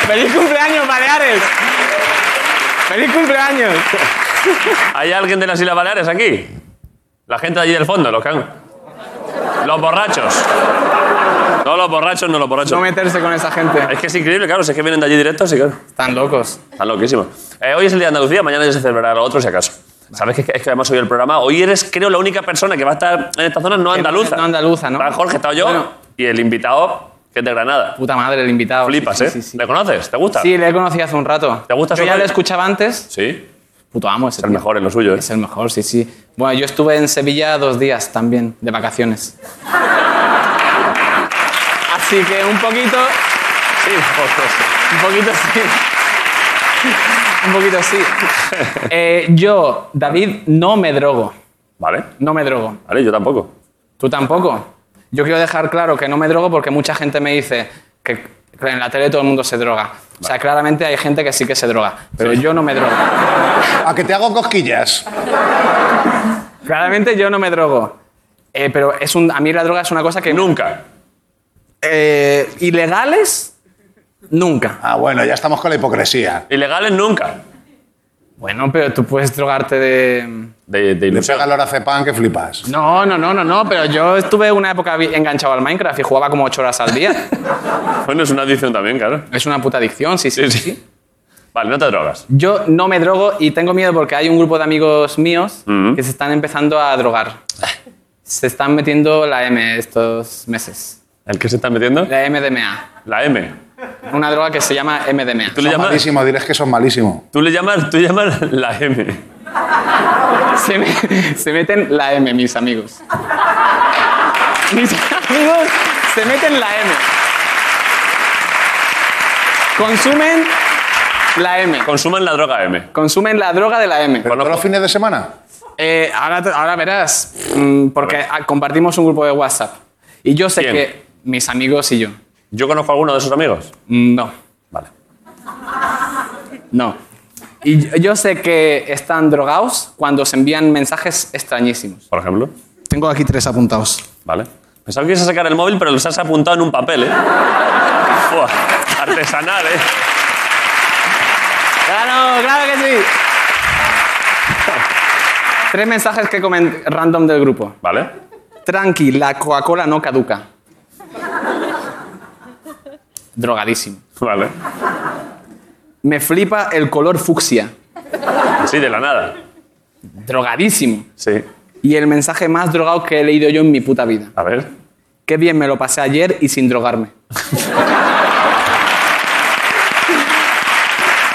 H: ¡Feliz cumpleaños, Baleares! ¡Feliz cumpleaños!
A: ¿Hay alguien de las Islas Baleares aquí? La gente de allí del fondo, los can... Los borrachos. No, los borrachos, no los borrachos.
H: No meterse con esa gente.
A: Es que es increíble, claro, si es que vienen de allí directos, sí, claro.
H: Están locos.
A: Están loquísimos. Eh, hoy es el Día de Andalucía, mañana ya se celebrará lo otro, si acaso. ¿Sabes que, es que además hoy el programa? Hoy eres, creo, la única persona que va a estar en esta zona no andaluza.
H: No andaluza, ¿no?
A: Está Jorge, he estado yo
H: Bueno.
A: y el invitado, que es de Granada.
H: Puta madre, el invitado. Sí,
A: Flipas,
H: sí,
A: ¿eh?
H: Sí, sí.
A: ¿Le conoces? ¿Te gusta?
H: Sí, le he conocido hace un rato.
A: ¿Te gusta
H: Yo
A: su
H: ya
A: rollo?
H: lo escuchaba antes.
A: Sí,
H: Puto amo ese
A: es el
H: tío.
A: mejor en lo suyo, ¿eh?
H: Es el mejor, sí, sí. Bueno, yo estuve en Sevilla dos días también, de vacaciones. Así que un poquito,
A: Sí, por supuesto.
H: un poquito sí. Un un poquito así. Eh, yo, David, no me drogo.
A: Vale.
H: No me drogo.
A: Vale, yo tampoco.
H: ¿Tú tampoco? Yo quiero dejar claro que no me drogo porque mucha gente me dice que que en la tele todo el mundo se droga. O sea, claramente hay gente que sí que se droga, pero yo no me drogo.
C: A que te hago cosquillas.
H: Claramente yo no me drogo. Eh, pero es un, a mí la droga es una cosa que...
A: Nunca.
H: Eh, ¿Ilegales? Nunca.
C: Ah, bueno, ya estamos con la hipocresía.
A: Ilegales nunca.
H: Bueno, pero tú puedes drogarte de...
A: De, de
C: Le
A: ilusión.
C: pega el pan que flipas.
H: No, no, no, no, no, pero yo estuve una época vi- enganchado al Minecraft y jugaba como ocho horas
A: [laughs]
H: al día.
A: Bueno, es una adicción también, claro.
H: es una puta adicción, sí, sí,
A: Sí,
H: sí.
A: sí. Vale, no te drogas.
H: Yo no me drogo y tengo miedo porque hay un grupo de amigos míos que se están empezando a drogar. Se están metiendo la M estos meses.
A: ¿El qué se está metiendo?
H: La MDMA.
A: La M.
H: Una droga que se llama MDMA.
A: Tú le
C: Son
A: llamas,
C: malísimos, diles que son malísimos.
A: tú le llamas, tú llamas la M.
H: Se, me- se meten la M, mis amigos. Mis amigos se meten la M. Consumen la M.
A: Consuman la droga M.
H: Consumen la droga de la M.
C: ¿Pero todos los fines de semana?
H: Eh, ahora, te- ahora verás, mm, porque ah, compartimos un grupo de WhatsApp. Y yo sé
A: ¿Quién?
H: que mis amigos y yo. Mm,
A: ¿Yo conozco a alguno de esos amigos?
H: No,
A: Vale.
H: no. Y yo- yo sé que están drogados cuando se envían mensajes extrañísimos.
A: Por ejemplo.
L: Tengo aquí tres apuntados.
A: Vale. Pensaba que ibas a sacar el móvil, pero los has apuntado en un papel, ¿eh? Buah, artesanal, ¿eh?
H: ¡Claro, claro que sí! Tres mensajes que comen random del grupo.
A: Vale.
H: Tranqui, la Coca-Cola no caduca. Drogadísimo.
A: Vale.
H: Me flipa el color fucsia.
A: Sí, de la nada.
H: Drogadísimo.
A: Sí.
H: Y el mensaje más drogado que he leído yo en mi puta vida.
A: A ver.
H: Qué bien me lo pasé ayer y sin drogarme.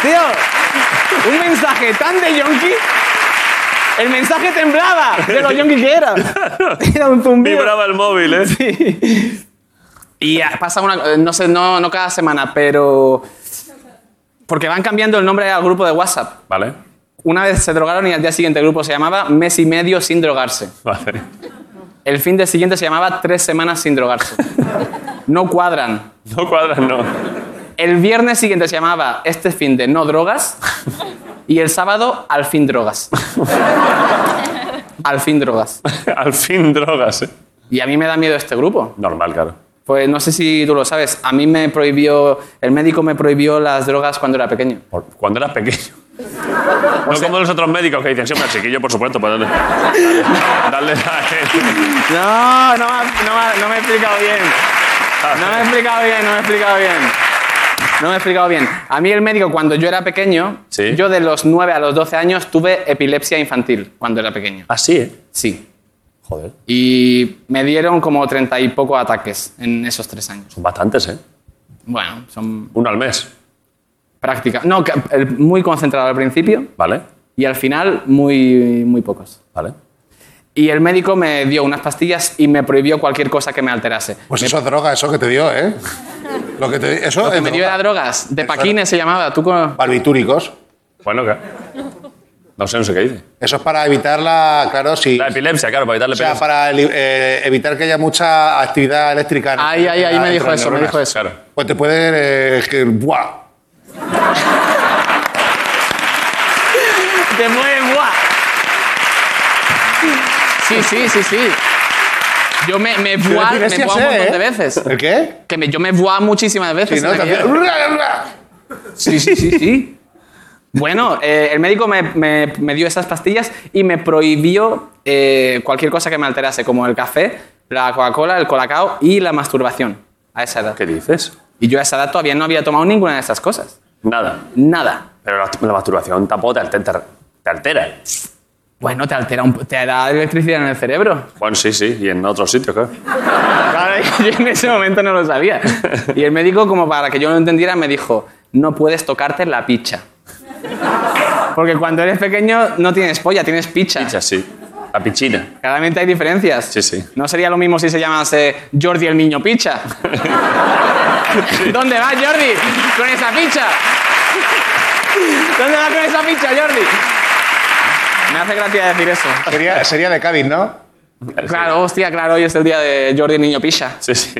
H: Tío, un mensaje tan de yonki. El mensaje temblaba de lo yonki que era. Era un zumbido.
A: Vibraba el móvil, ¿eh?
H: Y ah, pasa una, eh, no sé, no, no cada semana, pero porque van cambiando el nombre al grupo de WhatsApp.
A: Vale.
H: Una vez se drogaron y al día siguiente el grupo se llamaba mes y medio sin drogarse.
A: Vale.
H: El fin de siguiente se llamaba tres semanas sin drogarse. No cuadran.
A: No cuadras, no.
H: El viernes siguiente se llamaba este fin de no drogas y el sábado al fin drogas. Al fin drogas.
A: Al fin drogas, ¿eh?
H: Y a mí me da miedo este grupo.
A: Normal, claro.
H: Pues no sé si tú lo sabes, a mí me prohibió, el médico me prohibió las drogas cuando era pequeño.
A: Por- Cuando eras pequeño. No como los otros médicos que dicen, siempre al chiquillo, por supuesto, pues dale. Dale la
H: No, no, me- no, me- no me he explicado bien. No me he explicado bien, no me he explicado bien. No me he explicado bien. A mí el médico cuando yo era pequeño,
A: Sí.
H: yo de los 9 a los 12 años tuve epilepsia infantil cuando era pequeño.
A: [laughs] Así, ¿eh?
H: Sí.
A: Joder.
H: Y me dieron como 30 y poco ataques en esos tres años.
A: Son bastantes, ¿eh?
H: Bueno, son
A: Uno al mes.
H: prácticas. No, que- el- muy concentrado al principio
A: Vale.
H: y al final muy, muy pocos.
A: Vale.
H: Y el médico me dio unas pastillas y me prohibió cualquier cosa que me alterase.
C: Pues eso es droga, eso que te dio, ¿eh? Lo que te di- eso
H: Que
C: es
H: me dio
C: droga.
H: era drogas, de paquines se llamaba. ¿Tú con-
C: Barbitúricos.
A: Bueno, ¿qué? No sé, no sé qué dice.
C: Eso es para evitar la, claro, si
A: La epilepsia, claro, para evitarle
C: o sea, para el- eh, evitar que haya mucha actividad eléctrica. en-
H: Ahí, ahí, ahí
C: en-
H: me dijo
C: entre
H: eso, me
C: neuronas.
H: dijo eso.
A: Claro.
C: Pues te puede, eh, que- buah.
H: Te mueven, guau. Sí, sí, sí, sí. Yo me, me
C: Yo
H: buá, me
C: epilepsia
H: buá un
C: sé,
H: montón de
C: ¿eh?
H: veces.
C: ¿El qué?
H: Que me- yo me buá muchísimas veces.
C: Sí, ¿no?
H: en aquella-
C: También.
H: Sí, sí, sí, sí. Bueno, eh, el médico me, me- me dio esas pastillas y me prohibió eh, cualquier cosa que me alterase, como el café, la Coca-Cola, el colacao y la masturbación a esa edad.
A: ¿Qué dices?
H: Y yo a esa edad todavía no había tomado ninguna de esas cosas.
A: Nada.
H: Nada.
A: Pero la, la masturbación tampoco te altera. Te altera. ¿eh?
H: Bueno, te altera un, po- te da electricidad en el cerebro.
A: Bueno, sí, sí. Y en otros sitios, claro.
H: Claro, [laughs] yo en ese momento no lo sabía. Y el médico, como para que yo lo entendiera, me dijo, no puedes tocarte la picha. Porque cuando eres pequeño no tienes polla, tienes picha.
A: Picha, sí. La pichina.
H: Claramente hay diferencias.
A: Sí, sí.
H: No sería lo mismo si se llamase Jordi el niño
A: [laughs]
H: picha. ¿Dónde vas, Jordi? Con esa picha. ¿Dónde va con esa ficha, Jordi? Me hace gracia decir eso.
C: Sería, sería de Cádiz, ¿no?
H: Claro, hostia, claro, hoy es el día de Jordi el niño pilla.
A: Sí, sí.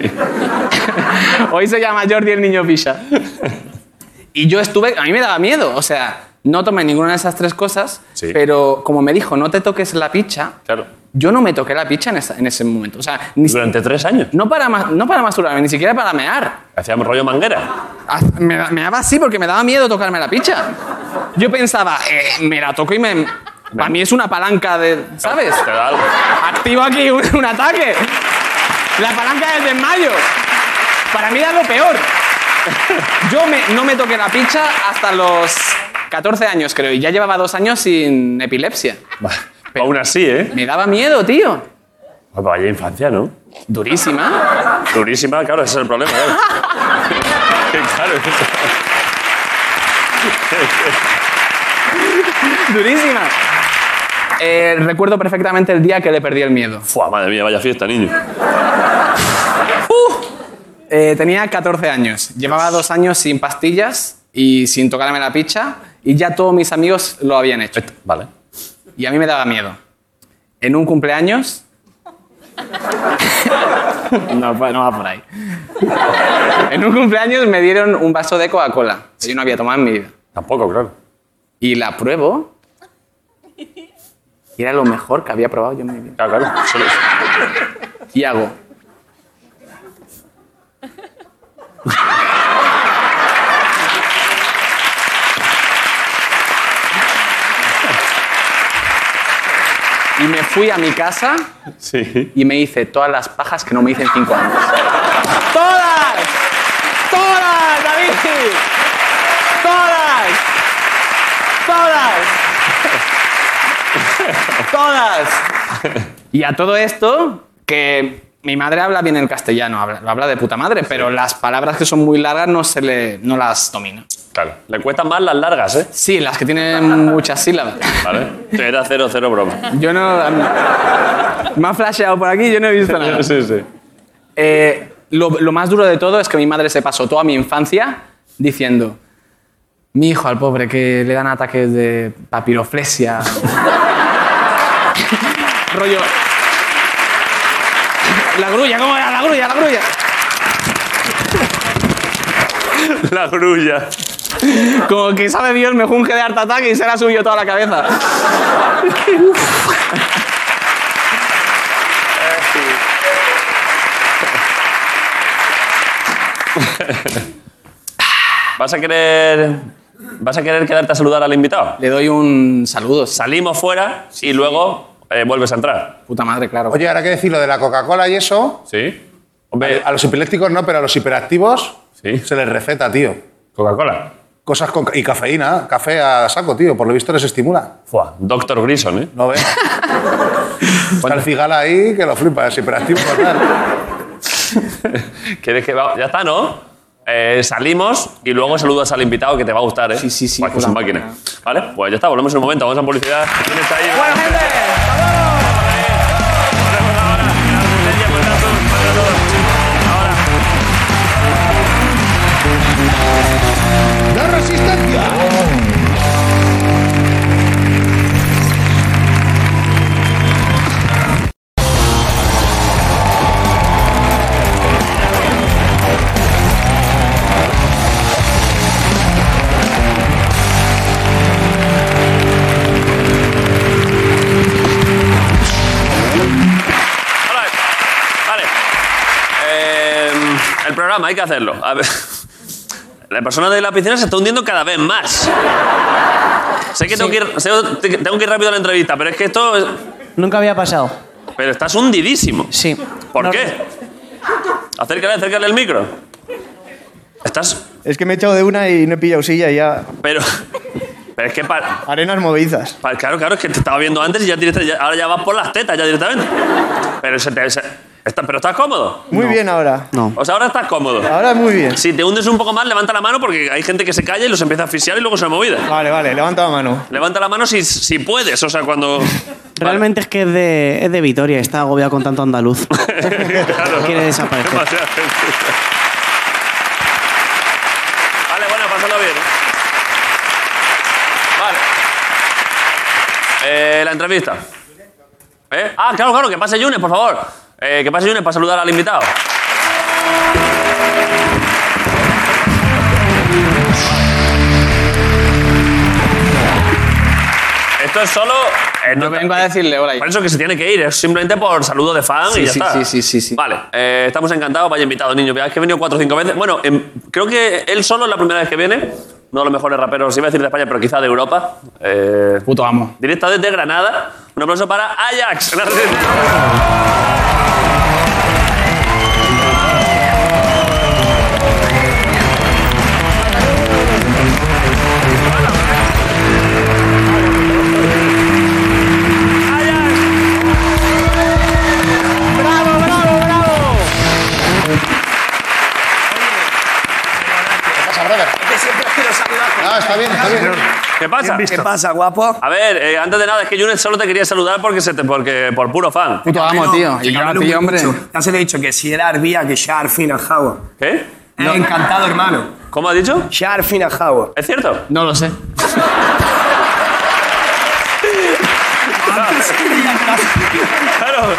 H: [laughs] hoy se llama Jordi el niño pilla. [laughs] Y yo estuve, a mí me daba miedo, o sea, no tomé ninguna de esas tres cosas,
A: Sí.
H: pero como me dijo, no te toques la picha,
A: Claro.
H: yo no me toqué la picha en, esa- en ese momento. O sea, ni si-
A: Durante tres años.
H: no para, ma- no para masturbarme, ni siquiera para mear.
A: Hacíamos rollo manguera.
H: Ah, Me, da- me daba así porque me daba miedo tocarme la picha. Yo pensaba, eh, me la toco y me... Para mí es una palanca de... ¿Sabes?
A: Te da algo.
H: Activo aquí un, un ataque. La palanca del desmayo. Para mí era lo peor. Yo me- no me toqué la picha hasta los 14 años, creo, y ya llevaba dos años sin epilepsia.
A: Aún así, ¿eh?
H: Me daba miedo, tío.
A: Ah, Vaya infancia, ¿no?
H: Durísima.
A: Durísima, claro, ese es el problema. [laughs] Claro. Que claro.
H: Durísima. Eh, recuerdo perfectamente el día que le perdí el miedo.
A: Fua, madre mía, vaya fiesta, niño.
H: Eh, tenía 14 años. Llevaba dos años sin pastillas y sin tocarme la picha y ya todos mis amigos lo habían hecho.
A: Et- Este, Vale.
H: Y a mí me daba miedo. En un cumpleaños... [laughs] no, pa- no va por ahí. en un cumpleaños me dieron un vaso de Coca-Cola. que Yo no había tomado en mi vida.
A: Tampoco, claro.
H: Y la pruebo. Y era lo mejor que había probado yo en mi vida.
A: Claro, claro. Solo-
H: Y hago. Y me fui a mi casa
A: Sí.
H: y me hice todas las pajas que no me hice en cinco años. [laughs] ¡Todas! ¡Todas, David! ¡Todas! ¡Todas! ¡Todas! [laughs] Y a todo esto, que mi madre habla bien el castellano, habla- lo habla de puta madre, pero las palabras que son muy largas no, se le, no las domina.
A: Claro. Le cuestan más las largas, ¿eh?
H: Sí, las que tienen muchas sílabas.
A: Vale. Te da cero, cero [laughs] broma.
H: Yo no... Me ha flasheado por aquí, yo no he visto nada.
A: Sí, sí.
H: Eh, lo, lo más duro de todo es que mi madre se pasó toda mi infancia diciendo, mi hijo al pobre que le dan ataques de
A: [laughs]
H: papiroflesia. Rollo. La grulla, ¿cómo era? La grulla, la grulla.
A: La grulla.
H: Como que sabe Dios, me junge de harta ataque y se la ha subido toda la cabeza.
A: ¿Vas a querer. ¿Vas a querer quedarte a saludar al invitado?
H: Le doy un saludo. Sal,
A: Salimos fuera y luego eh, vuelves a entrar.
H: puta madre, claro.
C: Oye, ahora que decir lo de la Coca-Cola y eso,
A: Sí.
C: a,
A: Hombre,
C: a los epilépticos no, pero a los hiperactivos
A: Sí.
C: se les receta, tío.
A: Coca-Cola.
C: Cosas con... Y cafeína, café a saco, tío. Por lo visto les estimula.
A: Fua, Doctor Grison, ¿eh?
H: [laughs]
C: No veas. Está el cigala ahí que lo flipa, es hiperactivo. total.
A: ¿Quieres que va? Ya está, ¿no? Eh, salimos y luego saludas al invitado que te va a gustar, ¿eh?
H: Sí, sí, sí,
A: Buah, que es un
H: puta
A: máquina. Vale, pues ya está, volvemos en un momento. Vamos a publicidad. ¿Quién está ahí?
H: Bueno, gente.
C: ¡La resistencia!
A: Vale. Vale. Eh, el programa, hay que hacerlo. A ver. La persona de la piscina se está hundiendo cada vez más. Sé que tengo, que ir, sé que tengo que ir rápido a la entrevista, pero es que esto. es-
K: Nunca había pasado.
A: pero estás hundidísimo.
K: Sí.
A: ¿Por
K: No-
A: qué? Acércale, acércale el micro. Estás.
K: Es que me he echado de una y no he pillado silla y ya.
A: Pero. [laughs] Pero es que para.
K: Arenas movedizas.
A: Pa- Claro, claro, es que te estaba viendo antes y ya, directa- ya- ahora ya vas por las tetas ya directamente. Pero, se te- se- está- pero estás cómodo.
K: Muy bien ahora. No.
A: O sea, ahora estás cómodo.
K: Ahora muy bien.
A: Si te hundes un poco más, levanta la mano porque hay gente que se calla y los empieza a asfixiar y luego se movida.
K: Vale, vale, levanta la mano.
A: Levanta la mano si, si puedes, o sea, cuando...
K: Realmente es que es de, es de Vitoria, está agobiado con tanto andaluz.
A: Claro.
K: Quiere desaparecer.
A: Demasiada gente. Vale, bueno, pásalo bien. ¿eh? Eh, la entrevista. ¿Eh? Ah, claro, claro, que pase Yunes, por favor. Eh, que pase Yunes para saludar al invitado. Esto es solo. eh, no vengo a
H: decirle hola.
A: Por eso que se tiene que ir, es simplemente por saludo de fan
H: Sí,
A: y ya
H: sí,
A: está.
H: sí, sí, sí, sí.
A: Vale, eh, estamos encantados, vaya invitado, niño. Veáis que he venido cuatro o cinco veces. Bueno, em, creo que él solo es la primera vez que viene. Uno de los mejores raperos, iba a decir de España, pero quizá de Europa. Eh,
H: Puto amo.
A: Directa desde Granada. Un aplauso para Ajax. [laughs] en Argentina.
M: ¡Bravo, bravo, bravo!
C: ¿Qué pasa, brother?
M: Que siempre quiero saludar.
C: Ah, está bien, está bien.
A: ¿Qué pasa?
C: Bien visto. ¿Qué
A: pasa,
K: guapo?
A: A ver, eh, antes de nada, es que Junet solo te quería saludar porque, se te, porque por puro fan.
K: Puto
A: amo, tío.
K: Y yo a ti, hombre. Ya se le he dicho que si era Arbía, que ya Arfina Jago.
A: ¿Qué?
K: Encantado, hermano.
A: ¿eh? ¿Cómo ha dicho?
K: Ya Arfina Jago.
A: ¿Es cierto?
H: No lo sé.
A: Claro.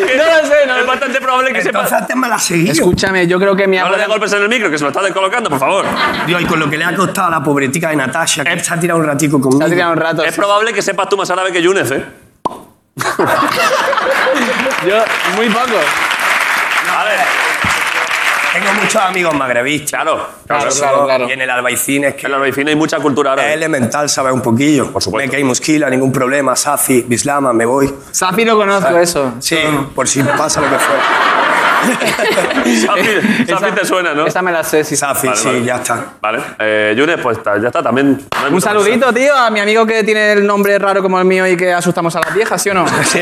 A: Es que
H: [laughs] no lo sé, no
A: es bastante probable que sepas.
K: me la seguí.
H: Escúchame, yo creo que mi
A: No le dé
H: abuela.
A: golpes en el micro, que se lo está descolocando, por favor.
K: Dios, y con lo que le ha costado a la pobretica de Natasha, que se ha tirado un ratico conmigo.
H: Se ha tirado un rato.
A: Es probable que sepas tú más árabe que Yunes, ¿eh?
H: Yo, muy poco.
A: A ver.
K: Tengo muchos amigos magrebistas.
A: Claro.
K: Claro, claro, Y en el albaicín es que... En el
A: albaicín hay mucha cultura árabe.
K: Es elemental saber un poquillo. Por
A: [laughs]
K: supuesto. Me caí mosquila, ningún problema. Safi, Bislama, me voy.
H: Safi lo conozco, eso.
K: [laughs] Sí, por si pasa lo que fue.
A: Safi, Safi te suena, ¿no?
H: Eh, Esa me la sé, sí.
K: Safi, sí, ya está.
A: Vale. Eh, Yunes, pues ta- ya está, también. no hay
H: Un
A: mucho más.
H: saludito, tío, a mi amigo que tiene el nombre raro como el mío y que asustamos a las viejas, ¿sí
A: [laughs]
H: o no? Sí.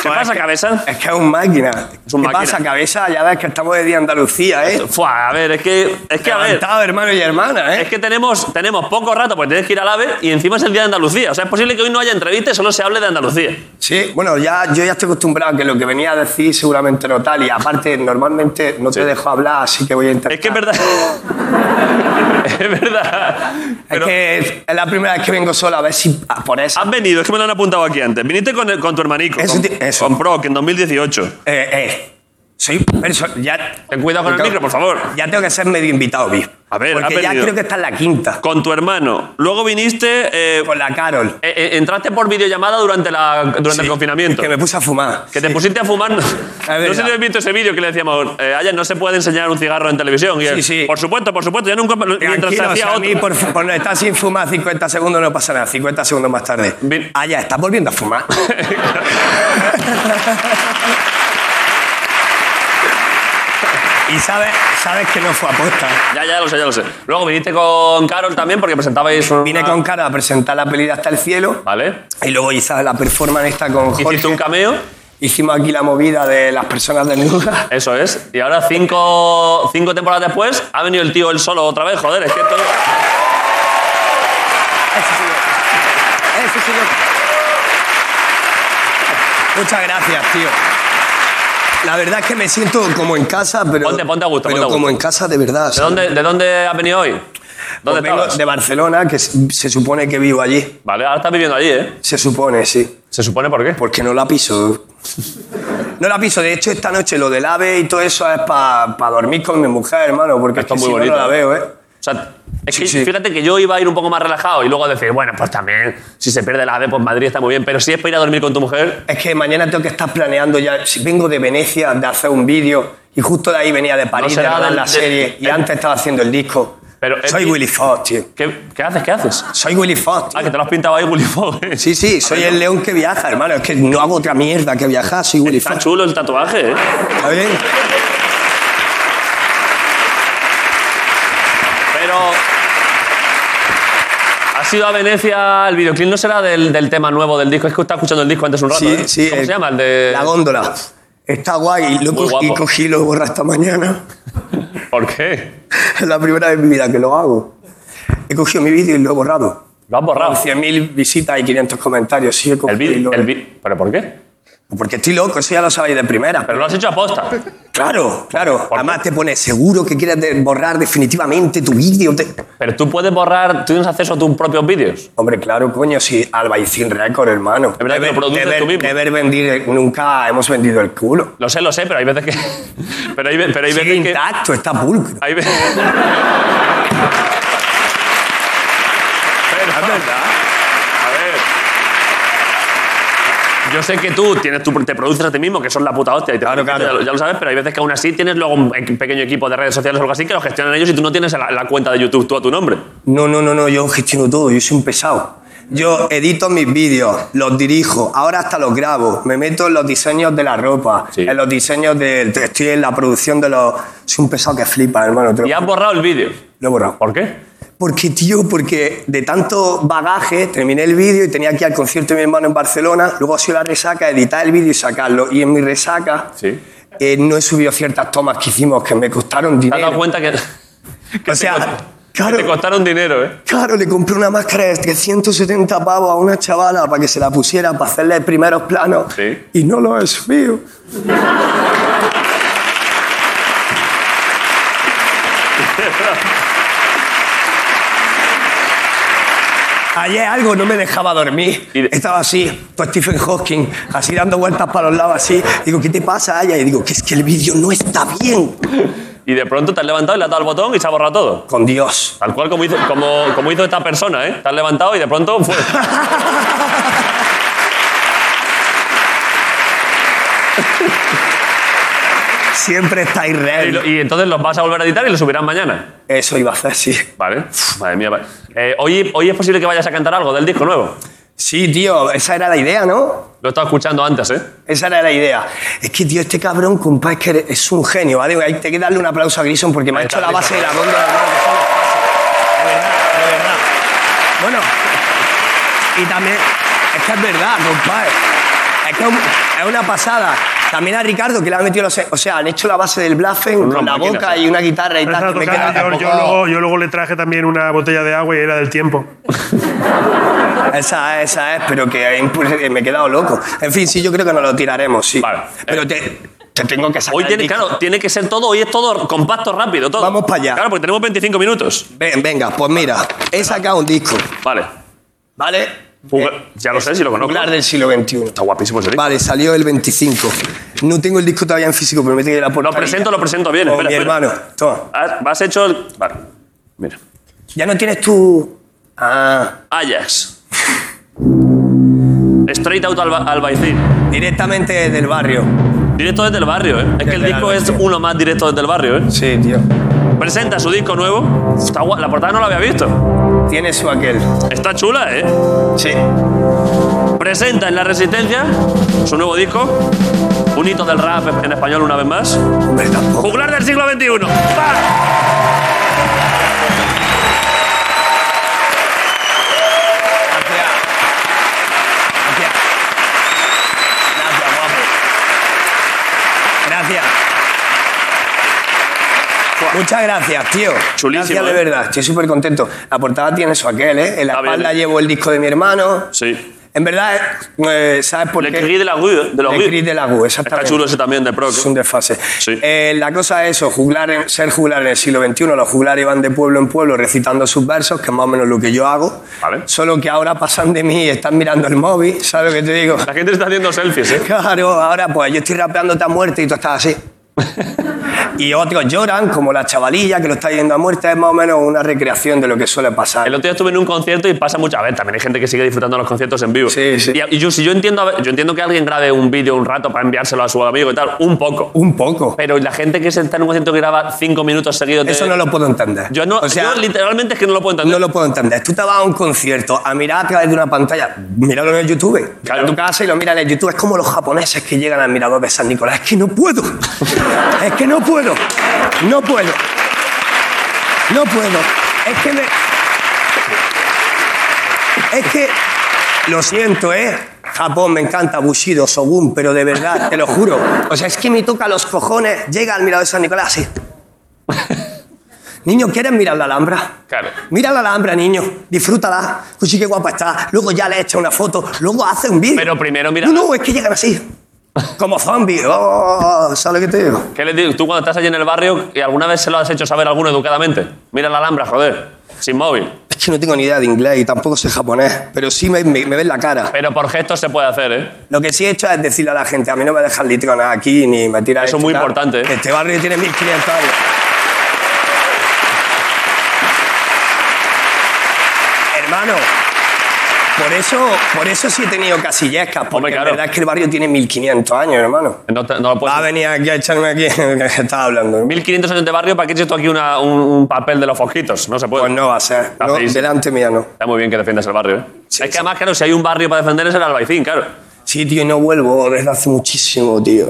A: ¿Qué pasa, cabeza?
K: Es que es un máquina. ¿Qué
A: máquina.
K: pasa, cabeza? Ya ves que estamos de día en Andalucía, ¿eh?
A: Fua, a ver, es que. Es que, a ver.
K: Levantado, hermano y hermana, ¿eh?
A: Es que tenemos, tenemos poco rato, porque tienes que ir al AVE y encima es el día de Andalucía. O sea, es posible que hoy no haya entrevista y solo se hable de Andalucía.
K: Sí, bueno, ya, yo ya estoy acostumbrado a que lo que venía a decir seguramente no tal. Y aparte, normalmente no te dejo hablar, así que voy a intentar. Es que
A: es verdad. [laughs] es verdad.
K: es que es la primera vez que vengo solo, a ver si ah, por eso.
A: Has venido, es que me lo han apuntado aquí antes. Viniste con, el- con tu hermanico. con, con Proc en 2018.
K: Eh, eh. Soy perso- ya.
A: Ten cuidado con el micro, por favor.
K: Ya tengo que ser medio invitado, bien.
A: A ver,
K: Porque
A: has
K: ya
A: venido.
K: creo que está en la quinta.
A: Con tu hermano. Luego viniste. eh,
K: con la Carol.
A: entraste por videollamada durante, la, durante el confinamiento.
K: Que me puse a fumar.
A: Que te pusiste a fumar. No sé si habéis visto ese vídeo que le decíamos, eh, Aya, no se puede enseñar un cigarro en televisión. Y él, Por supuesto, por supuesto, ya nunca. Mientras se
K: Tranquilo, si
A: hacía
K: a
A: otro.
K: mí por, fu- por no estar sin fumar 50 segundos no pasa nada, 50 segundos más tarde. Ah, ya, estás volviendo
A: [laughs]
K: a fumar. y sabes, sabes que no fue apuesta.
A: Ya, ya lo sé, ya lo sé. Luego viniste con Carol también porque presentabais. una-
K: Vine con cara a presentar la peli de Hasta el Cielo.
A: Vale.
K: Y luego hice la performance esta con Jorge. ¿Hiciste
A: un cameo?
K: Hicimos aquí la movida de las personas desnudas.
A: Eso es. Y ahora, cinco, cinco temporadas después, ha venido el tío él solo otra vez. Joder, es que esto.
K: Eso sí que- Muchas gracias, tío. La verdad es que me siento como en casa, pero. Ponte,
A: ponte a gusto,
K: Pero
A: ponte a gusto.
K: como en casa de verdad. pues
A: ¿De dónde, ¿De dónde has venido hoy? ¿Dónde
K: vengo
A: estabas?
K: de Barcelona, que s- se supone que vivo allí.
A: Vale, ahora estás viviendo allí, ¿eh?
K: Se supone, sí.
A: ¿Se supone por qué?
K: Porque no la piso. No la piso. De hecho, esta noche lo del ave y todo eso es para dormir con mi mujer, hermano, porque es que
A: Está muy
K: si no,
A: bonito.
K: no la veo, ¿eh?
A: O sea, es que fíjate que yo iba a ir un poco más relajado y luego decir, bueno, pues también, si se pierde la AVE, pues Madrid está muy bien, pero si es para ir a dormir con tu mujer.
K: Es que mañana tengo que estar planeando ya. Si vengo de Venecia de hacer un vídeo y justo de ahí venía de París de
A: será
K: rodar
A: del-
K: la
A: de-
K: serie y
A: de-
K: antes estaba haciendo el disco.
A: Pero
K: soy
A: es-
K: Willy Fox, tío.
A: ¿Qué, qué haces? ¿Qué haces?
K: Soy Willy Fox.
A: Ah, que te lo has pintado ahí, Willy [laughs] Fox.
K: Sí, sí, soy el león que viaja, hermano. Es que no hago otra mierda que viajar, soy Willy
A: Está
K: Fox.
A: chulo el tatuaje, ¿eh?
K: ¿Está bien?
A: Pero. ¿Has ido a Venecia? El videoclip no será del, del tema nuevo del disco. Es que estaba escuchando el disco antes un rato.
K: Sí,
A: ¿eh?
K: sí,
A: ¿Cómo
K: el-
A: se llama? El de.
K: La góndola. Está guay. Y lo
A: Muy
K: cogí,
A: guapo.
K: cogí y lo borra esta mañana.
A: ¿Por qué?
K: Es la primera vez en mi vida que lo hago. He cogido mi vídeo y lo he borrado.
A: ¿Lo has borrado?
K: Con 100.000 visitas y 500 comentarios. Sí, he
A: El
K: cogido y
A: vídeo.
K: lo-
A: el vi- ¿Pero por qué?
K: Porque estoy loco, eso ya lo sabéis de primera. Pero
A: lo has hecho aposta.
K: Claro, claro. Además te pone seguro que quieres de- borrar definitivamente tu vídeo.
A: Pero tú puedes borrar, tú tienes acceso a tus propios vídeos.
K: Hombre, claro, coño, sí, Albaicín Record, hermano. Es verdad que deber, deber vendir, nunca hemos vendido el culo.
A: Lo sé, lo sé, pero hay veces que. [laughs] Pero hay, ve- pero hay veces que.
K: intacto, está pulcro.
A: Hay veces. es verdad. A ver. Yo sé que tú tienes, tú te produces a ti mismo, que son la puta hostia. Y te Ya, lo, ya lo sabes, pero hay veces que aún así tienes luego un e- pequeño equipo de redes sociales o algo así que lo gestionan ellos y tú no tienes la, la cuenta de YouTube tú a tu nombre.
K: No, no, no, no, yo gestiono todo, yo soy un pesado. Yo edito mis vídeos, los dirijo, ahora hasta los grabo, me meto en los diseños de la ropa, en los diseños de... Estoy en la producción de los... Soy un pesado que flipa, hermano. te lo
A: Y has
K: juro.
A: borrado el vídeo.
K: Lo he borrado.
A: ¿Por qué?
K: Porque, tío, porque de tanto bagaje terminé el vídeo y tenía que ir al concierto de mi hermano en Barcelona, luego ha sido la resaca, editar el vídeo y sacarlo. Y en mi resaca eh, no he subido ciertas tomas que hicimos que me costaron dinero.
A: ¿Te has dado cuenta que, [laughs]
K: o sea,
A: que te costaron dinero, eh?
K: Claro, le compré una máscara de 370 pavos a una chavala para que se la pusiera, para hacerle primeros planos. Y no lo he subido. Ayer algo no me dejaba dormir. Estaba así, pues Stephen Hawking, así dando vueltas para los lados, así. Digo, ¿qué te pasa, Aya? Y digo, que es que el vídeo no está bien.
A: Y de pronto te has levantado y le has dado al botón y se ha borrado todo.
K: Con Dios.
A: Tal cual como hizo, como, como hizo esta persona, ¿eh? Te has levantado y de pronto
K: [laughs]
A: fue.
K: Siempre estáis
A: Y,
K: real.
A: lo- y entonces los vas a volver a editar y los subirás mañana.
K: Eso iba a hacer, sí.
A: Vale. Uf, madre mía. va- Eh, hoy, hoy es posible que vayas a cantar algo del disco nuevo.
K: Sí, tío, esa era la idea, ¿no?
A: Lo he estado escuchando antes, ¿eh?
K: Esa era la idea. Es que, tío, este cabrón, compa, es que es un genio, ¿vale? Hay que darle un aplauso a Grison porque me ha hecho la base de la ronda. Bueno, y también, es que es verdad, compadre. Es que es un- es una pasada. También a Ricardo, que le han metido los... O sea, han hecho la base del bluffing con la
E: máquinas,
K: boca
E: ¿eh?
K: y una guitarra y
E: Pero
K: tal.
E: está
K: que me
E: tocando,
K: queda
E: yo, yo
K: tampoco-
E: luego, yo luego le traje también una botella de agua y era del tiempo.
K: Esa es, esa es, pero que he impu- eh, me he quedado loco. En fin, sí, yo creo que nos lo tiraremos, sí. Pero te, te tengo que sacar.
A: Hoy
K: el
A: tiene,
K: disco.
A: claro, tiene que ser todo, hoy es todo compacto, rápido, todo. Vamos
K: para allá.
A: Claro, porque tenemos 25 minutos.
K: Ven, venga, pues mira, he sacado un disco.
A: Vale.
K: Vale.
A: ya lo sé, si lo conozco.
K: Eh, Juglar del siglo XXI.
A: Está guapísimo ese disco.
K: Vale, salió el 25. No tengo el disco todavía en físico, pero me tiene que ir a
A: Lo
K: la portada.
A: presento, lo presento bien.
K: Con
A: espera,
K: mi
A: espera.
K: hermano. Toma.
A: Has, has hecho el. Vale. Mira.
K: Ya no tienes tu... Ah.
A: Ajax. Straight out Alba, Albaicín.
K: Directamente desde el barrio.
A: Directo desde el barrio, ¿eh? Es que el
K: Desde el
A: disco es uno más directo desde el barrio, ¿eh?
K: Sí, tío.
A: Presenta su disco nuevo. Está gua- La portada no la había visto.
K: Tiene su aquel.
A: Está chula, ¿eh?
K: Sí.
A: Presenta en La Resistencia su nuevo disco. Un hito del rap en español una vez más. Juglar del siglo XXI. ¡Pam!
K: Gracias. Muchas gracias, tío.
A: Chulísimo,
K: Gracias de
A: ¿eh?
K: verdad. Estoy súper contento. La portada tiene su aquel, ¿eh? En la
A: Está bien,
K: espalda
A: ¿eh?
K: llevo el disco de mi hermano.
A: Sí.
K: En verdad, eh, ¿sabes por
A: Le
K: qué?
A: Cri de la Gu. De la
K: Le Cri de la Gu, exactamente.
A: Está chulo ese también de Proc.
K: Es un desfase. Eh, la cosa es eso, juglar en- ser juglar en el siglo XXI. Los juglares van de pueblo en pueblo recitando sus versos, que es más o menos lo que yo hago. Solo que ahora pasan de mí y están mirando el móvil, ¿sabes lo que te
A: [laughs]
K: digo?
A: La gente está haciendo selfies, ¿eh?
K: Claro, ahora pues yo estoy rapeando a muerte y tú estás
A: [laughs]
K: así. y otros lloran, como la chavalilla que lo está yendo a muerte. Es más o menos una recreación de lo que suele pasar.
A: El otro día estuve en un concierto y pasa mucho. A ver, también hay gente que sigue disfrutando los conciertos en vivo. Sí, sí. Y, y yo, si yo entiendo, a ver, yo entiendo que alguien grabe un vídeo un rato para enviárselo a su amigo y tal, un poco.
K: Un poco.
A: Pero la gente que se está en un concierto que graba cinco minutos seguidos. de-
K: Eso no lo puedo entender.
A: Yo no. yo literalmente es que no lo puedo entender.
K: No lo puedo entender. Tú te vas a un concierto a mirar a través de una pantalla, míralo en el YouTube. Claro. tu casa y lo miras en el YouTube. Es como los japoneses que llegan al mirador de San Nicolás. Es que no
A: [laughs]
K: puedo. es que no puedo. No puedo. No puedo. Es que me... Es que... Lo siento, ¿eh? Japón, me encanta Bushido, Shogun, pero de verdad, te lo juro. O sea, es que me toca los cojones. Llega al mirador de San Nicolás así. Niño, ¿quieres mirar la Alhambra?
A: Claro.
K: Mira la Alhambra, niño. Disfrútala. Escucha qué guapa está. Luego ya le echa una foto. Luego hace un vídeo.
A: Pero primero mira-
K: No, no, es que llegan así. Como zombie. Oh, ¿Sabes lo que te digo?
A: ¿Qué le digo? Tú cuando estás allí en el barrio, ¿y alguna vez se lo has hecho saber a alguno educadamente? Mira la alhambra, joder. Sin móvil.
K: Es que no tengo ni idea de inglés y tampoco sé japonés, pero sí me, me, me ven la cara.
A: Pero por gestos se puede hacer, ¿eh?
K: Lo que sí he hecho es decirle a la gente, a mí no me dejan litronar aquí ni me tiran...
A: Eso es muy importante. ¿eh?
K: Que este barrio tiene 1500 años. Hermano, por eso, por eso sí he tenido casillescas, porque la verdad es que el barrio tiene 1500 años, hermano.
A: No, te- no lo puedes...
K: Va a venir aquí a echarme aquí, [laughs] que estaba hablando.
A: 1500 años de barrio, ¿para qué echas tú aquí una- un, un papel de los foquitos? No se puede. Pues
K: no va a ser. No, delante mía no.
A: Está muy bien que defiendas el barrio, ¿eh? es que además, claro, si hay un barrio para defender es el Albaicín, claro.
K: Sí, tío, no vuelvo desde hace muchísimo, tío.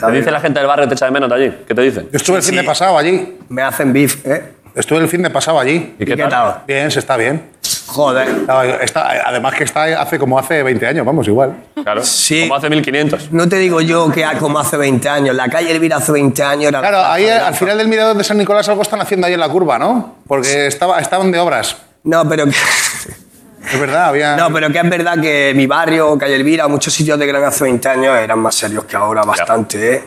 K: La
A: Te dice
K: verdad.
A: la gente del barrio te echa de menos de allí. ¿Qué te dicen?
C: Yo estuve el fin de pasado allí.
K: Me hacen beef, ¿eh?
C: Estuve el fin de pasado allí.
A: ¿Y qué
K: tal?
C: Bien, se está bien.
K: Joder.
C: además que está hace como hace 20 años, vamos, igual.
A: Claro.
K: Sí.
A: Como hace 1500.
K: No te digo yo que ah, como hace 20 años. La calle Elvira hace 20 años era...
C: Claro, ahí al final del mirador de San Nicolás algo están haciendo ahí en la curva, ¿no? Porque estaba, estaban de obras.
K: No, pero... que-
C: Es verdad, había...
K: No, pero que es verdad que mi barrio, Calle Elvira, muchos sitios de Gran hace 20 años eran más serios que ahora, bastante, ¿eh?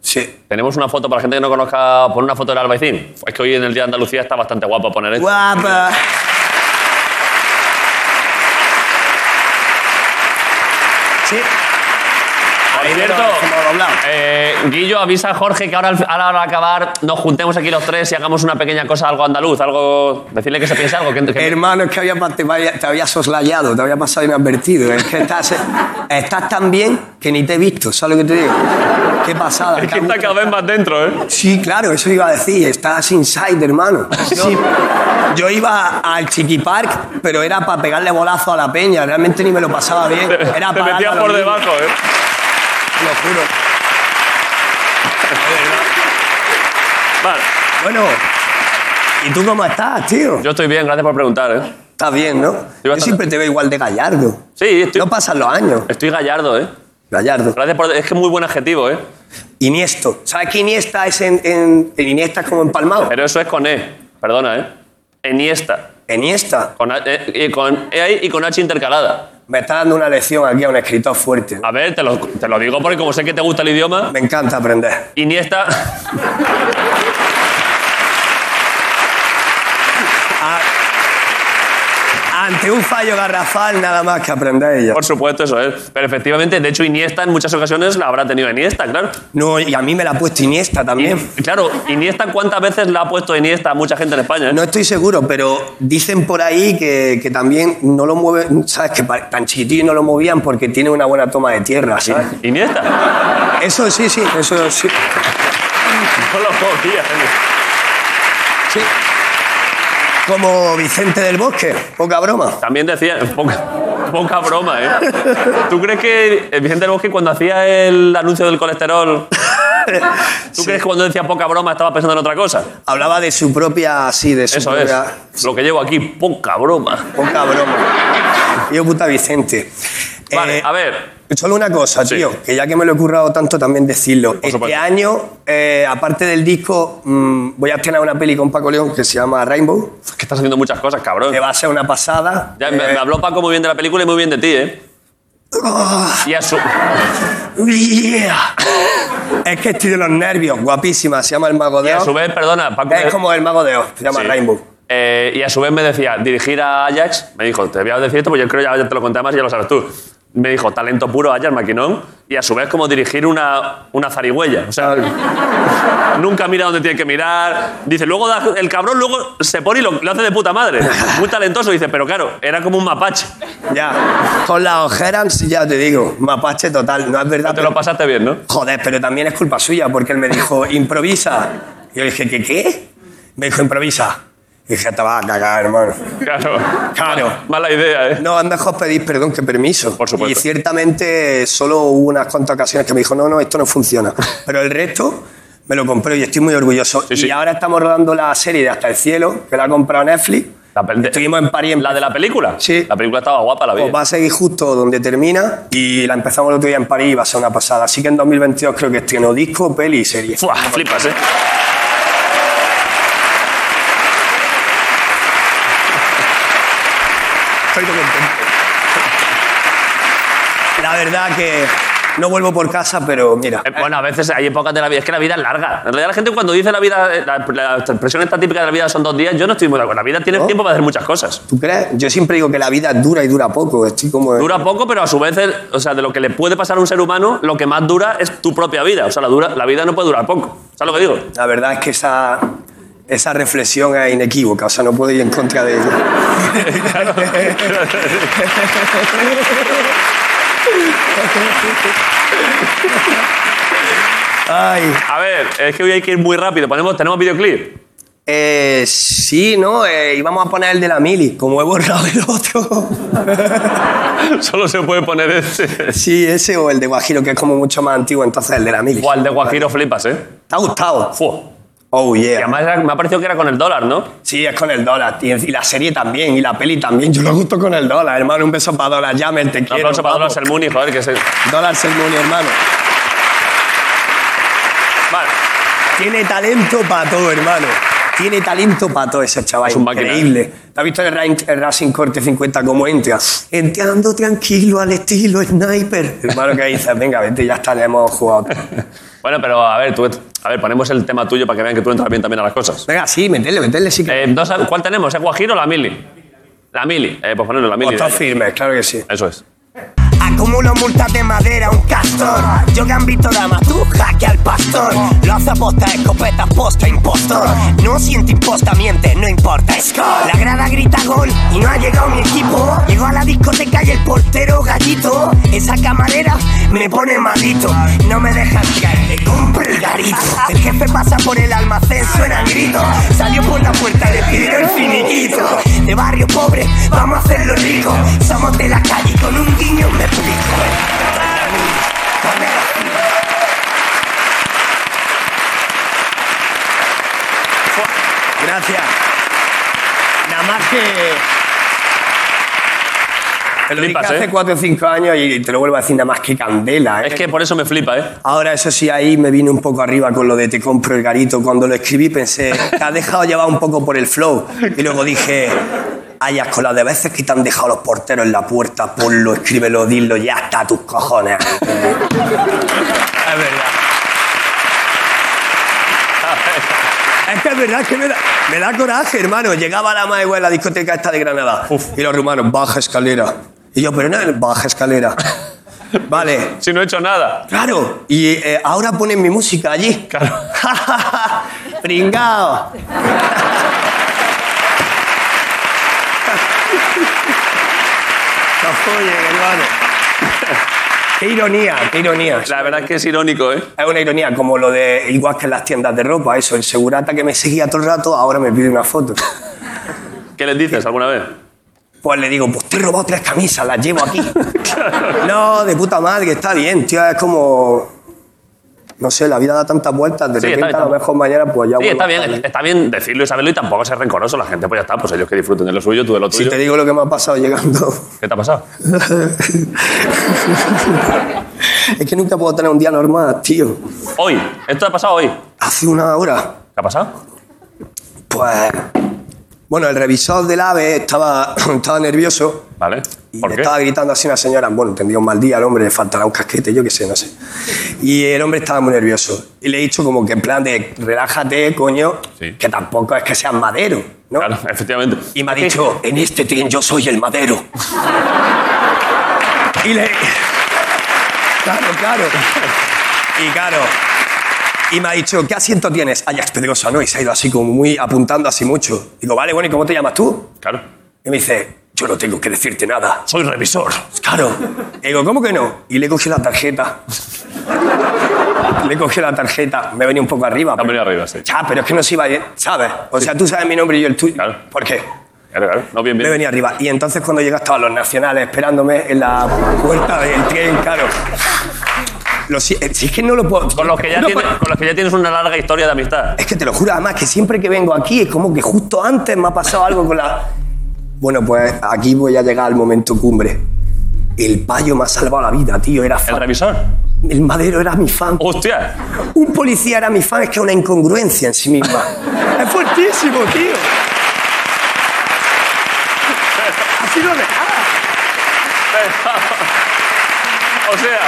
K: Sí.
A: Tenemos una foto para la gente que no conozca. Pon una foto del Albaicín. Es que hoy en el Día de Andalucía está bastante guapo poner esto.
K: Guapa. Sí.
A: Por cierto, eh, Guillo avisa a Jorge que ahora al- ahora al acabar nos juntemos aquí los tres y hagamos una pequeña cosa, algo andaluz, algo. Decirle que se piense algo. que- que-
K: Hermano, es que había, te, había, te había soslayado, te había pasado inadvertido. Es que estás, eh, estás tan bien que ni te he visto, ¿sabes lo que te digo? Qué pasada.
A: Es que está cada vez más dentro, ¿eh?
K: Sí, claro, eso iba a decir. Estás inside, hermano. Sí. Yo iba al Chiqui Park, pero era para pegarle bolazo a la peña. Realmente ni me lo pasaba bien.
A: [laughs]
K: Era
A: Te
K: para
A: metías por debajo, ¿eh?
K: Lo juro.
A: Vale.
K: Bueno, ¿y tú cómo estás, tío?
A: Yo estoy bien, gracias por preguntar, ¿eh?
K: Estás bien, ¿no? Yo siempre te veo igual de gallardo.
A: Sí, estoy.
K: No pasan los años.
A: Estoy gallardo, ¿eh?
K: Gallardo.
A: Gracias por. Es que muy buen adjetivo, ¿eh?
K: Iniesto. ¿Sabes que Iniesta es en, en- el Iniesta es como empalmado?
A: Pero eso es con E. Perdona, ¿eh? Eniesta.
K: Eniesta.
A: Con, A- eh, y con E ahí y con H intercalada.
K: Me está dando una lección aquí a un escritor fuerte.
A: A ver, te lo, te lo digo porque como sé que te gusta el idioma,
K: Me encanta aprender.
A: Iniesta. [laughs]
K: Ante un fallo garrafal, nada más que aprender ella.
A: Por supuesto, eso es. Pero efectivamente, de hecho, Iniesta en muchas ocasiones la habrá tenido Iniesta, claro.
K: No, y a mí me la ha puesto Iniesta también.
A: Y, claro, Iniesta, ¿cuántas veces la ha puesto Iniesta a mucha gente en España? eh?
K: No estoy seguro, pero dicen por ahí que, que también no lo mueven, ¿sabes? Que pa- tan chiquitillo no lo movían porque tiene una buena toma de tierra, ¿sabes?
A: Iniesta.
K: Eso sí, sí, eso sí.
A: No lo podía. eh.
K: Sí. Como Vicente del Bosque, poca broma.
A: También decía, poca, poca broma, ¿eh? ¿Tú crees que eh, Vicente del Bosque cuando hacía el anuncio del colesterol,
K: [laughs]
A: ¿tú crees que cuando decía poca broma estaba pensando en otra cosa?
K: Hablaba de su propia, sí, de su
A: Eso es.
K: propia.
A: Lo que llevo aquí, poca broma.
K: Poca broma. Yo puta Vicente. Eh,
A: Vale, a ver.
K: Solo una cosa, tío, que ya que me lo he currado tanto, también decirlo. este año, eh, aparte del disco, mm, voy a estrenar una peli con Paco León que se llama Rainbow,
A: Es que estás haciendo muchas cosas, cabrón.
K: que va a ser una
A: Ah.
K: pasada. Eh,
A: Ya, me, me habló Paco muy bien de la película y muy bien de ti, ¿eh? Y a su...
K: [laughs] Yeah. es que estoy de los nervios, guapísima, se llama El Mago de
A: A
K: Oz.
A: su vez, perdona, Paco. me-
K: Es como El Mago de Oz, se llama
A: Sí.
K: Rainbow.
A: Eh, y a su vez me decía, dirigir a Ajax, me dijo, te voy a decir esto, porque yo creo que ya te lo conté más y ya lo sabes tú. Me dijo, talento puro Ajax Maquinón, y a su vez como dirigir una, una zarigüeya. O sea, nunca mira dónde tiene que mirar. Dice, luego da- el cabrón luego se pone y lo, lo hace de puta madre. Muy talentoso, dice, pero claro, era como un mapache.
K: Ya, con las ojeras, ya te digo, mapache total, no es verdad.
A: Te lo pasaste bien, ¿no?
K: Joder, pero también es culpa suya, porque él
A: [laughs]
K: me dijo, improvisa. Y yo dije, ¿qué qué? Me dijo, improvisa. Y dije, te vas a cagar, hermano.
A: Claro.
K: Claro.
A: Mala idea, ¿eh?
K: No, es mejor pedir perdón que permiso. Por
A: supuesto.
K: Y ciertamente solo hubo unas cuantas ocasiones que me dijo, no, no, esto no funciona. Pero el resto me lo compré y estoy muy orgulloso. Y ahora estamos rodando la serie de Hasta el Cielo, que la ha comprado Netflix.
A: La pel-
K: Estuvimos en París. En
A: ¿La de la película? Sí. La película estaba guapa, la vi.
K: pues va a seguir justo donde termina y la empezamos el otro día en París y va a ser una pasada. Así que en 2022 creo que estreno disco, peli y serie.
A: Fuah, flipas, ¿eh?
K: La verdad que No vuelvo por casa, pero mira.
A: Eh, Bueno, a veces hay épocas de la vida. Es que la vida es larga. En realidad, la gente cuando dice la vida, eh, la, la expresión esta típica de la vida son dos días, yo no estoy muy de acuerdo. La vida tiene tiempo para hacer muchas cosas.
K: ¿Tú crees? Yo siempre digo que la vida dura y dura poco. Estoy como.
A: Dura poco, pero a su vez, el- o sea, de lo que le puede pasar a un ser humano, lo que más dura es tu propia vida. O sea, la, dura, la vida no puede durar poco. ¿Sabes lo que digo?
K: La verdad es que esa, esa reflexión es inequívoca. O sea, no puedo ir en contra de ella.
A: A ver, es que hoy hay que ir muy rápido. ¿Ponemos, ¿Tenemos videoclip? [laughs]
K: Eh, sí, ¿no? Eh, íbamos a poner el de la mili, como he borrado el otro.
A: Solo se puede poner este. ese.
K: Sí, ese o el de Guajiro, que es como mucho más antiguo, entonces el de la mili.
A: Buah, el de Guajiro flipas, ¿eh?
K: ¿Te ha gustado? Oh, yeah. además
A: me ha parecido que era con el dólar, ¿no?
K: Sí, es con el dólar. tío. Y la serie también, y la peli también. Yo lo gusto con el dólar, hermano. Un beso para dólar, llamen, te quiero.
A: Un aplauso para Dólar Selmuni, joder, que es el...
K: Dólar Selmuni, hermano.
A: Vale.
K: Tiene talento para todo, hermano. Tiene talento para todo ese chaval.
M: Es un máquina,
A: eh.
K: Increíble. ¿Te has visto el, Rain- el Racing Corte 50 como entra? Entrando tranquilo al estilo sniper. Hermano, que dices? Venga, vete, ya está, le hemos
A: [laughs]
K: jugado.
A: Bueno, pero a ver, tú, a ver, ponemos el tema tuyo para que vean que tú entras bien también a las cosas.
K: Venga, sí, metele, metele, sí
A: que... ¿Cuál tenemos? ¿Es Guajiro o la Mili? La Mili. Eh, pues ponerlo, la Mili.
K: Estás firme, claro que sí.
A: Eso es.
N: Acumulo multas de madera, un castor. Yo gambito dama, tú jaque al pastor. Lo hace posta, escopeta, posta, impostor. No siente imposta, miente, no importa. Score. La grada grita gol y no ha llegado mi equipo. Llegó a la discoteca y el portero gallito. Esa camarera me pone malito. No me dejan caer, le compro el garito. El jefe pasa por el almacén, suena el grito. Salió por la puerta, le pidieron el finiquito. De barrio pobre, vamos a hacerlo rico. Somos de la calle, y con un guiño me explico.
K: Gracias. Nada más que. Lo dije
A: Flipas,
K: hace
A: ¿eh?
K: 4 o 5 años y te lo vuelvo a decir, nada más que candela. ¿eh?
A: Es que por eso me flipa, ¿eh?
K: Ahora, eso sí, ahí me vine un poco arriba con lo de te compro el garito. Cuando lo escribí pensé, te has dejado llevar un poco por el flow. Y luego dije, ay, asco, las de veces que te han dejado los porteros en la puerta, ponlo, escríbelo, dilo, ya está, tus
A: [laughs]
K: cojones. Es que es verdad es que me da, me da coraje, hermano. Llegaba la más igual la discoteca esta de Granada. Y los rumanos, baja escalera. Y yo, pero no,
A: [laughs]
K: baja escalera. Vale.
A: Si no he hecho nada.
K: Claro. Y eh, ahora ponen mi música allí. Claro. [laughs] Pringao. Oye, hermano. Qué ironía, qué ironía.
A: La verdad es que es irónico, ¿eh?
K: Es una ironía, como lo de, igual que en las tiendas de ropa, eso, el segurata que me seguía todo el rato, ahora me pide una foto.
A: ¿Qué les dices alguna vez?
K: Pues le digo, pues te he robado tres camisas, las
A: [laughs]
K: llevo aquí. no, de puta madre, está bien, tío, es como... No sé, la vida da tantas vueltas, de
A: Sí, está
K: repente
A: bien,
K: a lo
A: está-
K: mejor mañana pues ya
A: Sí,
K: vuelvo
A: está
K: a
A: bien,
K: estar-
A: está bien decirlo y saberlo y tampoco ser rencoroso. La gente, pues ya está, pues ellos que disfruten de lo suyo, tú de lo tuyo.
K: Si te digo lo que me ha pasado llegando... [laughs]
A: ¿Qué te ha pasado?
K: es que nunca puedo tener un día normal, tío.
A: Hoy. ¿Esto te ha pasado hoy?
K: Hace una hora.
A: ¿Qué ha pasado?
K: Pues. Bueno, el revisor del AVE estaba, [coughs] estaba nervioso.
A: Vale.
K: Y le estaba gritando así a una señora. Bueno, tendría un mal día, al hombre le faltará un casquete, yo qué sé, no sé. Y el hombre estaba muy nervioso. Y le he dicho, como que en plan de relájate, coño, que tampoco es que seas madero, ¿no?
A: Claro, efectivamente.
K: Y me ha dicho, en este tren yo soy el madero. y le. Claro, claro. Y claro. Y me ha dicho, ¿qué asiento tienes? Ayax Pedrosa, ¿no? Y se ha ido así como muy apuntando así mucho. Digo, vale, bueno, ¿y cómo te llamas tú?
A: Claro.
K: Y me dice, yo no tengo que decirte nada.
A: Soy revisor.
K: Claro. Y digo, ¿cómo que no? Y le cogí la tarjeta. le cogí la tarjeta. Me venía un poco arriba. Me venía
A: arriba, sí.
K: Ya, pero es que no se iba bien, ¿sabes? O sea, tú sabes mi nombre y yo el tuyo. ¿Por qué?
A: Claro, claro. No, bien, bien.
K: Me venía arriba. Y entonces cuando llega estaban los nacionales esperándome en la puerta del tren, claro. Lo si, eh, si es que no lo puedo...
A: Con los, que ya
K: No,
A: tiene- con los que ya tienes una larga historia de amistad.
K: Es que te lo juro, además, que siempre que vengo aquí es como que justo antes me ha pasado algo con la... Bueno, pues aquí voy a llegar al momento cumbre. El payo me ha salvado la vida, tío. Era fan.
A: ¿El Oh. revisor?
K: El madero era mi fan.
A: ¡Hostia!
K: Un policía era mi fan, es que es una incongruencia en sí misma. [laughs] es fuertísimo, tío. Así lo dejaba.
A: o sea,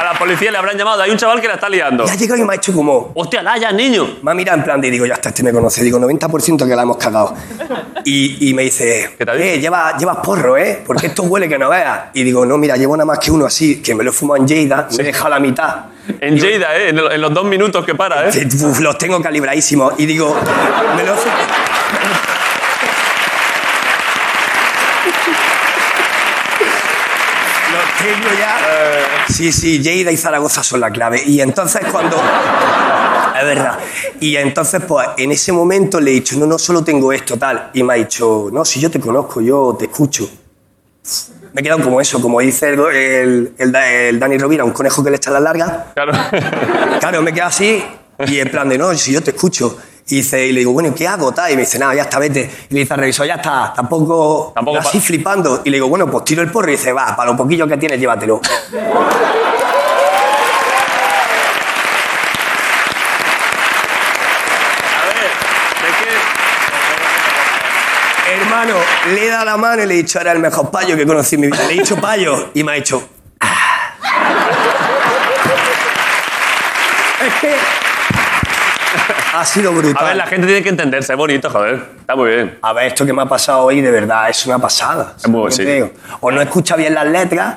A: a la policía le habrán llamado. Hay un chaval que la está liando.
K: Ya llegó y me ha hecho como.
A: ¡Hostia, Laya, niño!
K: Me ha mirado en plan de, digo, ya está, este me conoce. Digo, 90% que la hemos cagado. Y, y me dice, eh, lleva- llevas porro, ¿eh? Porque esto huele que no veas. Y digo, no, mira, llevo nada más que uno así, que me lo he fumado en Lleida, me he dejado la mitad.
A: En Lleida, ¿eh? En, el- en los dos minutos que para, ¿eh?
K: Uf, los tengo calibradísimos. Y digo, me lo he fu- Los tengo ya. Sí, sí, Lleida y Zaragoza son la clave. Y entonces cuando... Es verdad. Y entonces, pues, en ese momento le he dicho, no, no, solo tengo esto, tal. Y me ha dicho, no, si yo te conozco, yo te escucho. Me he quedado como eso, como dice el, el, el Da- el Dani Rovira, un conejo que le echa la larga.
A: Claro.
K: [laughs] Claro, me quedo así y en plan de, no, si yo te escucho. Y, dice, y le digo, bueno, ¿y ¿qué hago? tal? Y me dice, nada, ya está, vete. Y le dice al revisor, ya está, tampoco,
A: Tampoco
K: así
A: pa-
K: flipando. Y le digo, bueno, pues tiro el porro y dice, va, para lo poquillo que tienes, llévatelo. Hermano, le he dado la mano y le he dicho, era el mejor payo que conocí en mi vida. Le he dicho payo y me ha dicho, "Ah". Es que ha sido brutal.
A: A ver, la gente tiene que entenderse, es bonito, joder. Está muy bien.
K: A ver, esto que me ha pasado hoy, de verdad, es una pasada. Es muy bueno. O no escucha bien las letras,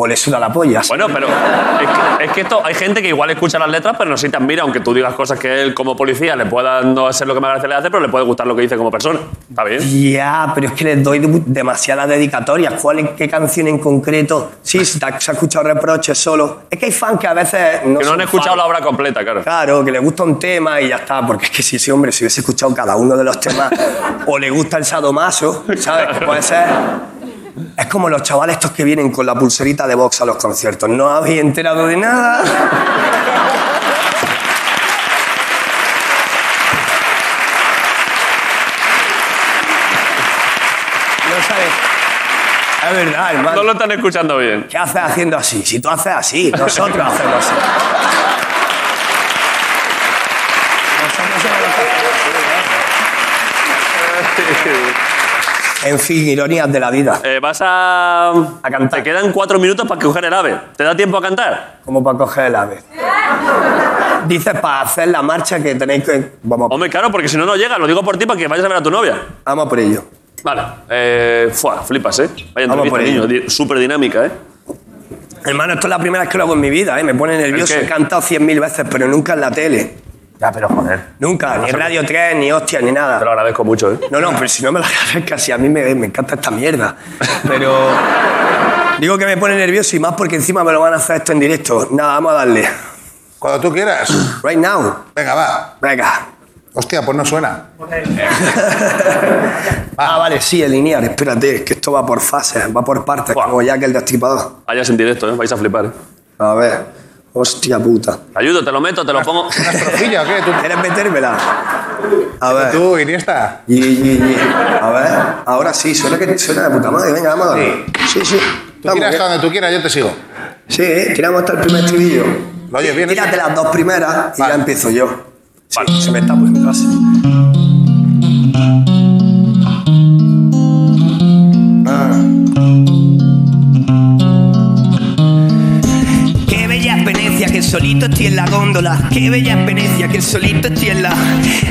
K: o le suda la polla.
A: Bueno, pero es que, es que esto, hay gente que igual escucha las letras, pero no sé si te admira, aunque tú digas cosas que él como policía le pueda no hacer lo que más gracia le hace, pero le puede gustar lo que dice como persona. Está bien.
K: Ya, pero es que les doy du- demasiadas dedicatorias. ¿Cuál es- qué canción en concreto? Sí, si te ha- se ha escuchado reproches solo. Es que hay fans que a veces no
A: que no han
K: son
A: escuchado
K: fans.
A: la obra completa, claro.
K: Claro, que le gusta un tema y ya está, porque es que si ese hombre se hubiese escuchado cada uno de los temas, o le gusta el sadomaso, ¿sabes? Que puede ser. Es como los chavales estos que vienen con la pulserita de box a los conciertos. No habéis enterado
A: [laughs]
K: de nada. No sabes. Es verdad, hermano.
A: No lo están escuchando bien.
K: ¿Qué haces haciendo así? Si tú haces así, nosotros hacemos así. En fin, ironías de la vida.
A: Eh, vas a. A
K: cantar.
A: Te quedan cuatro minutos para coger el ave. ¿Te da tiempo a cantar?
K: Como para coger el ave. Dices para hacer la marcha que tenéis que. Vamos,
A: Hombre, claro, porque si no, no llega. Lo digo por ti para que vayas a ver a tu novia.
K: vamos a por ello.
A: Vale. Eh, fuá, flipas, ¿eh? Vaya
K: Vamos
A: entrevista,
K: por ello.
A: niño. Di- Súper dinámica, ¿eh?
K: Hermano, esto es la primera vez que lo hago en mi vida, ¿eh? Me pone nervioso.
A: qué?
K: He cantado 100.000 veces, pero nunca en la tele. Ya, pero joder. Nunca, ni en Radio 3, ni hostia, ni nada. Te lo
A: agradezco mucho, ¿eh?
K: No, no, pero si no me lo agradezcas, si a mí me, me encanta esta mierda. Pero. Digo que me pone nervioso y más porque encima me lo van a hacer esto en directo. Nada, vamos a darle.
C: Cuando tú quieras.
K: Right now.
C: Venga, va.
K: Venga.
C: Hostia, pues no suena.
K: Ah, vale, sí, el linear. Espérate, que esto va por fases, va por partes, como ya que el destripador.
A: Vayas en directo, ¿eh? Vais a flipar, ¿eh?
K: A ver. Hostia puta.
A: Te ayudo, te lo meto, te lo pongo.
C: ¿Trofilla o qué?
M: [laughs]
C: ¿Tú
K: quieres metérmela? A ver.
C: ¿Tú, Iniesta?
K: Y, y, y. A ver, ahora sí, suena, que, suena de puta madre. Venga, vamos a darle. Sí, sí.
C: Tú tiras hasta donde tú quieras, yo te sigo.
K: Sí, ¿eh? tiramos hasta el primer estribillo.
C: Lo oyes bien,
K: Tírate
C: ¿eh?
K: las dos primeras y ya empiezo yo. Sí, se me está poniendo así.
N: Qué bella es Venecia, que solito estoy en la góndola. Qué bella es Venecia, que solito estoy en la.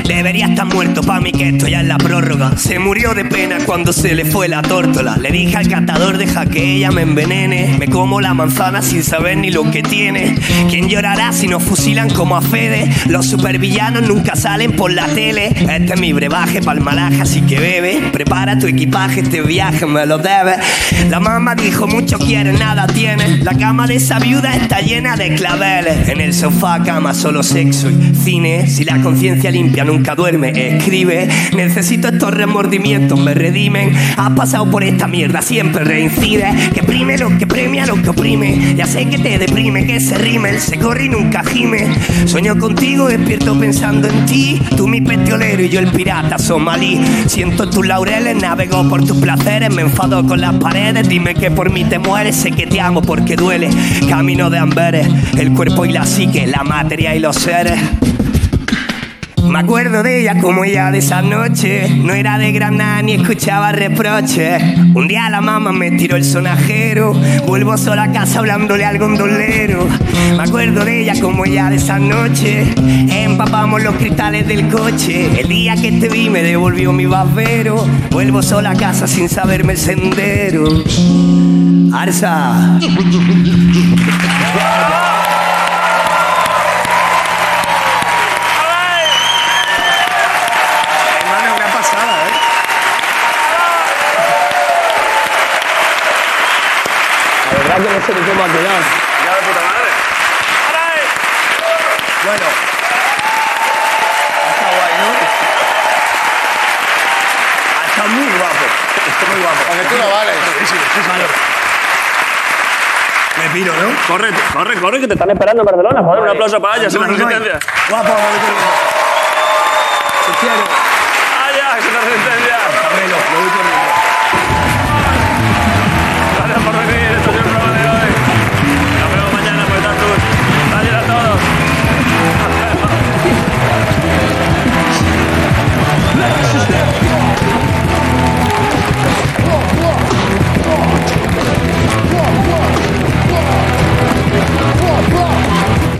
N: Debería estar muerto pa' mí que esto ya es la prórroga. Se murió de pena cuando se le fue la tórtola. Le dije al catador, deja que ella me envenene. Me como la manzana sin saber ni lo que tiene. ¿Quién llorará si nos fusilan como a Fede? Los supervillanos nunca salen por la tele. Este es mi brebaje pa'l malaje, así que bebe. Prepara tu equipaje, este viaje me lo debes. La mamá dijo, mucho quieres, nada tienes. La cama de esa viuda está llena de claveles. En el sofá, cama, solo sexo y cine. Si la conciencia limpia nunca duerme, escribe. Necesito estos remordimientos, me redimen. Has pasado por esta mierda, siempre reincides. Que prime lo que premia, lo que oprime. Ya sé que te deprime, que se rime, se corre y nunca gime. Sueño contigo, despierto pensando en ti. Tú mi petrolero y yo el pirata somalí. Siento tus laureles, navego por tus placeres. Me enfado con las paredes, dime que por mí te mueres. Sé que te amo porque duele. Camino de Amberes, el cuerpo y la psique, la materia y los seres. Me acuerdo de ella como ella de esa noche. No era de Granada ni escuchaba reproches. Un día la mamá me tiró el sonajero. Vuelvo sola a casa hablándole al gondolero. Me acuerdo de ella como ella de esa noche. Empapamos los cristales del coche. El día que te vi me devolvió mi babero. Vuelvo sola a casa sin saberme el sendero. Arsa.
M: Hermano, una pasada, ¿eh? La verdad que no sé ni cómo ha quedado. Bueno. Está guay, ¿no? Ah, Está muy guapo. Está muy guapo. Porque
O: tú lo vales.
M: Me piro, ¿no?
A: Corre, corre, corre, que te están esperando en Barcelona. Joder, un aplauso para Ayas en la resistencia.
M: Guapo, guapo.
A: Ayas en la resistencia. pues,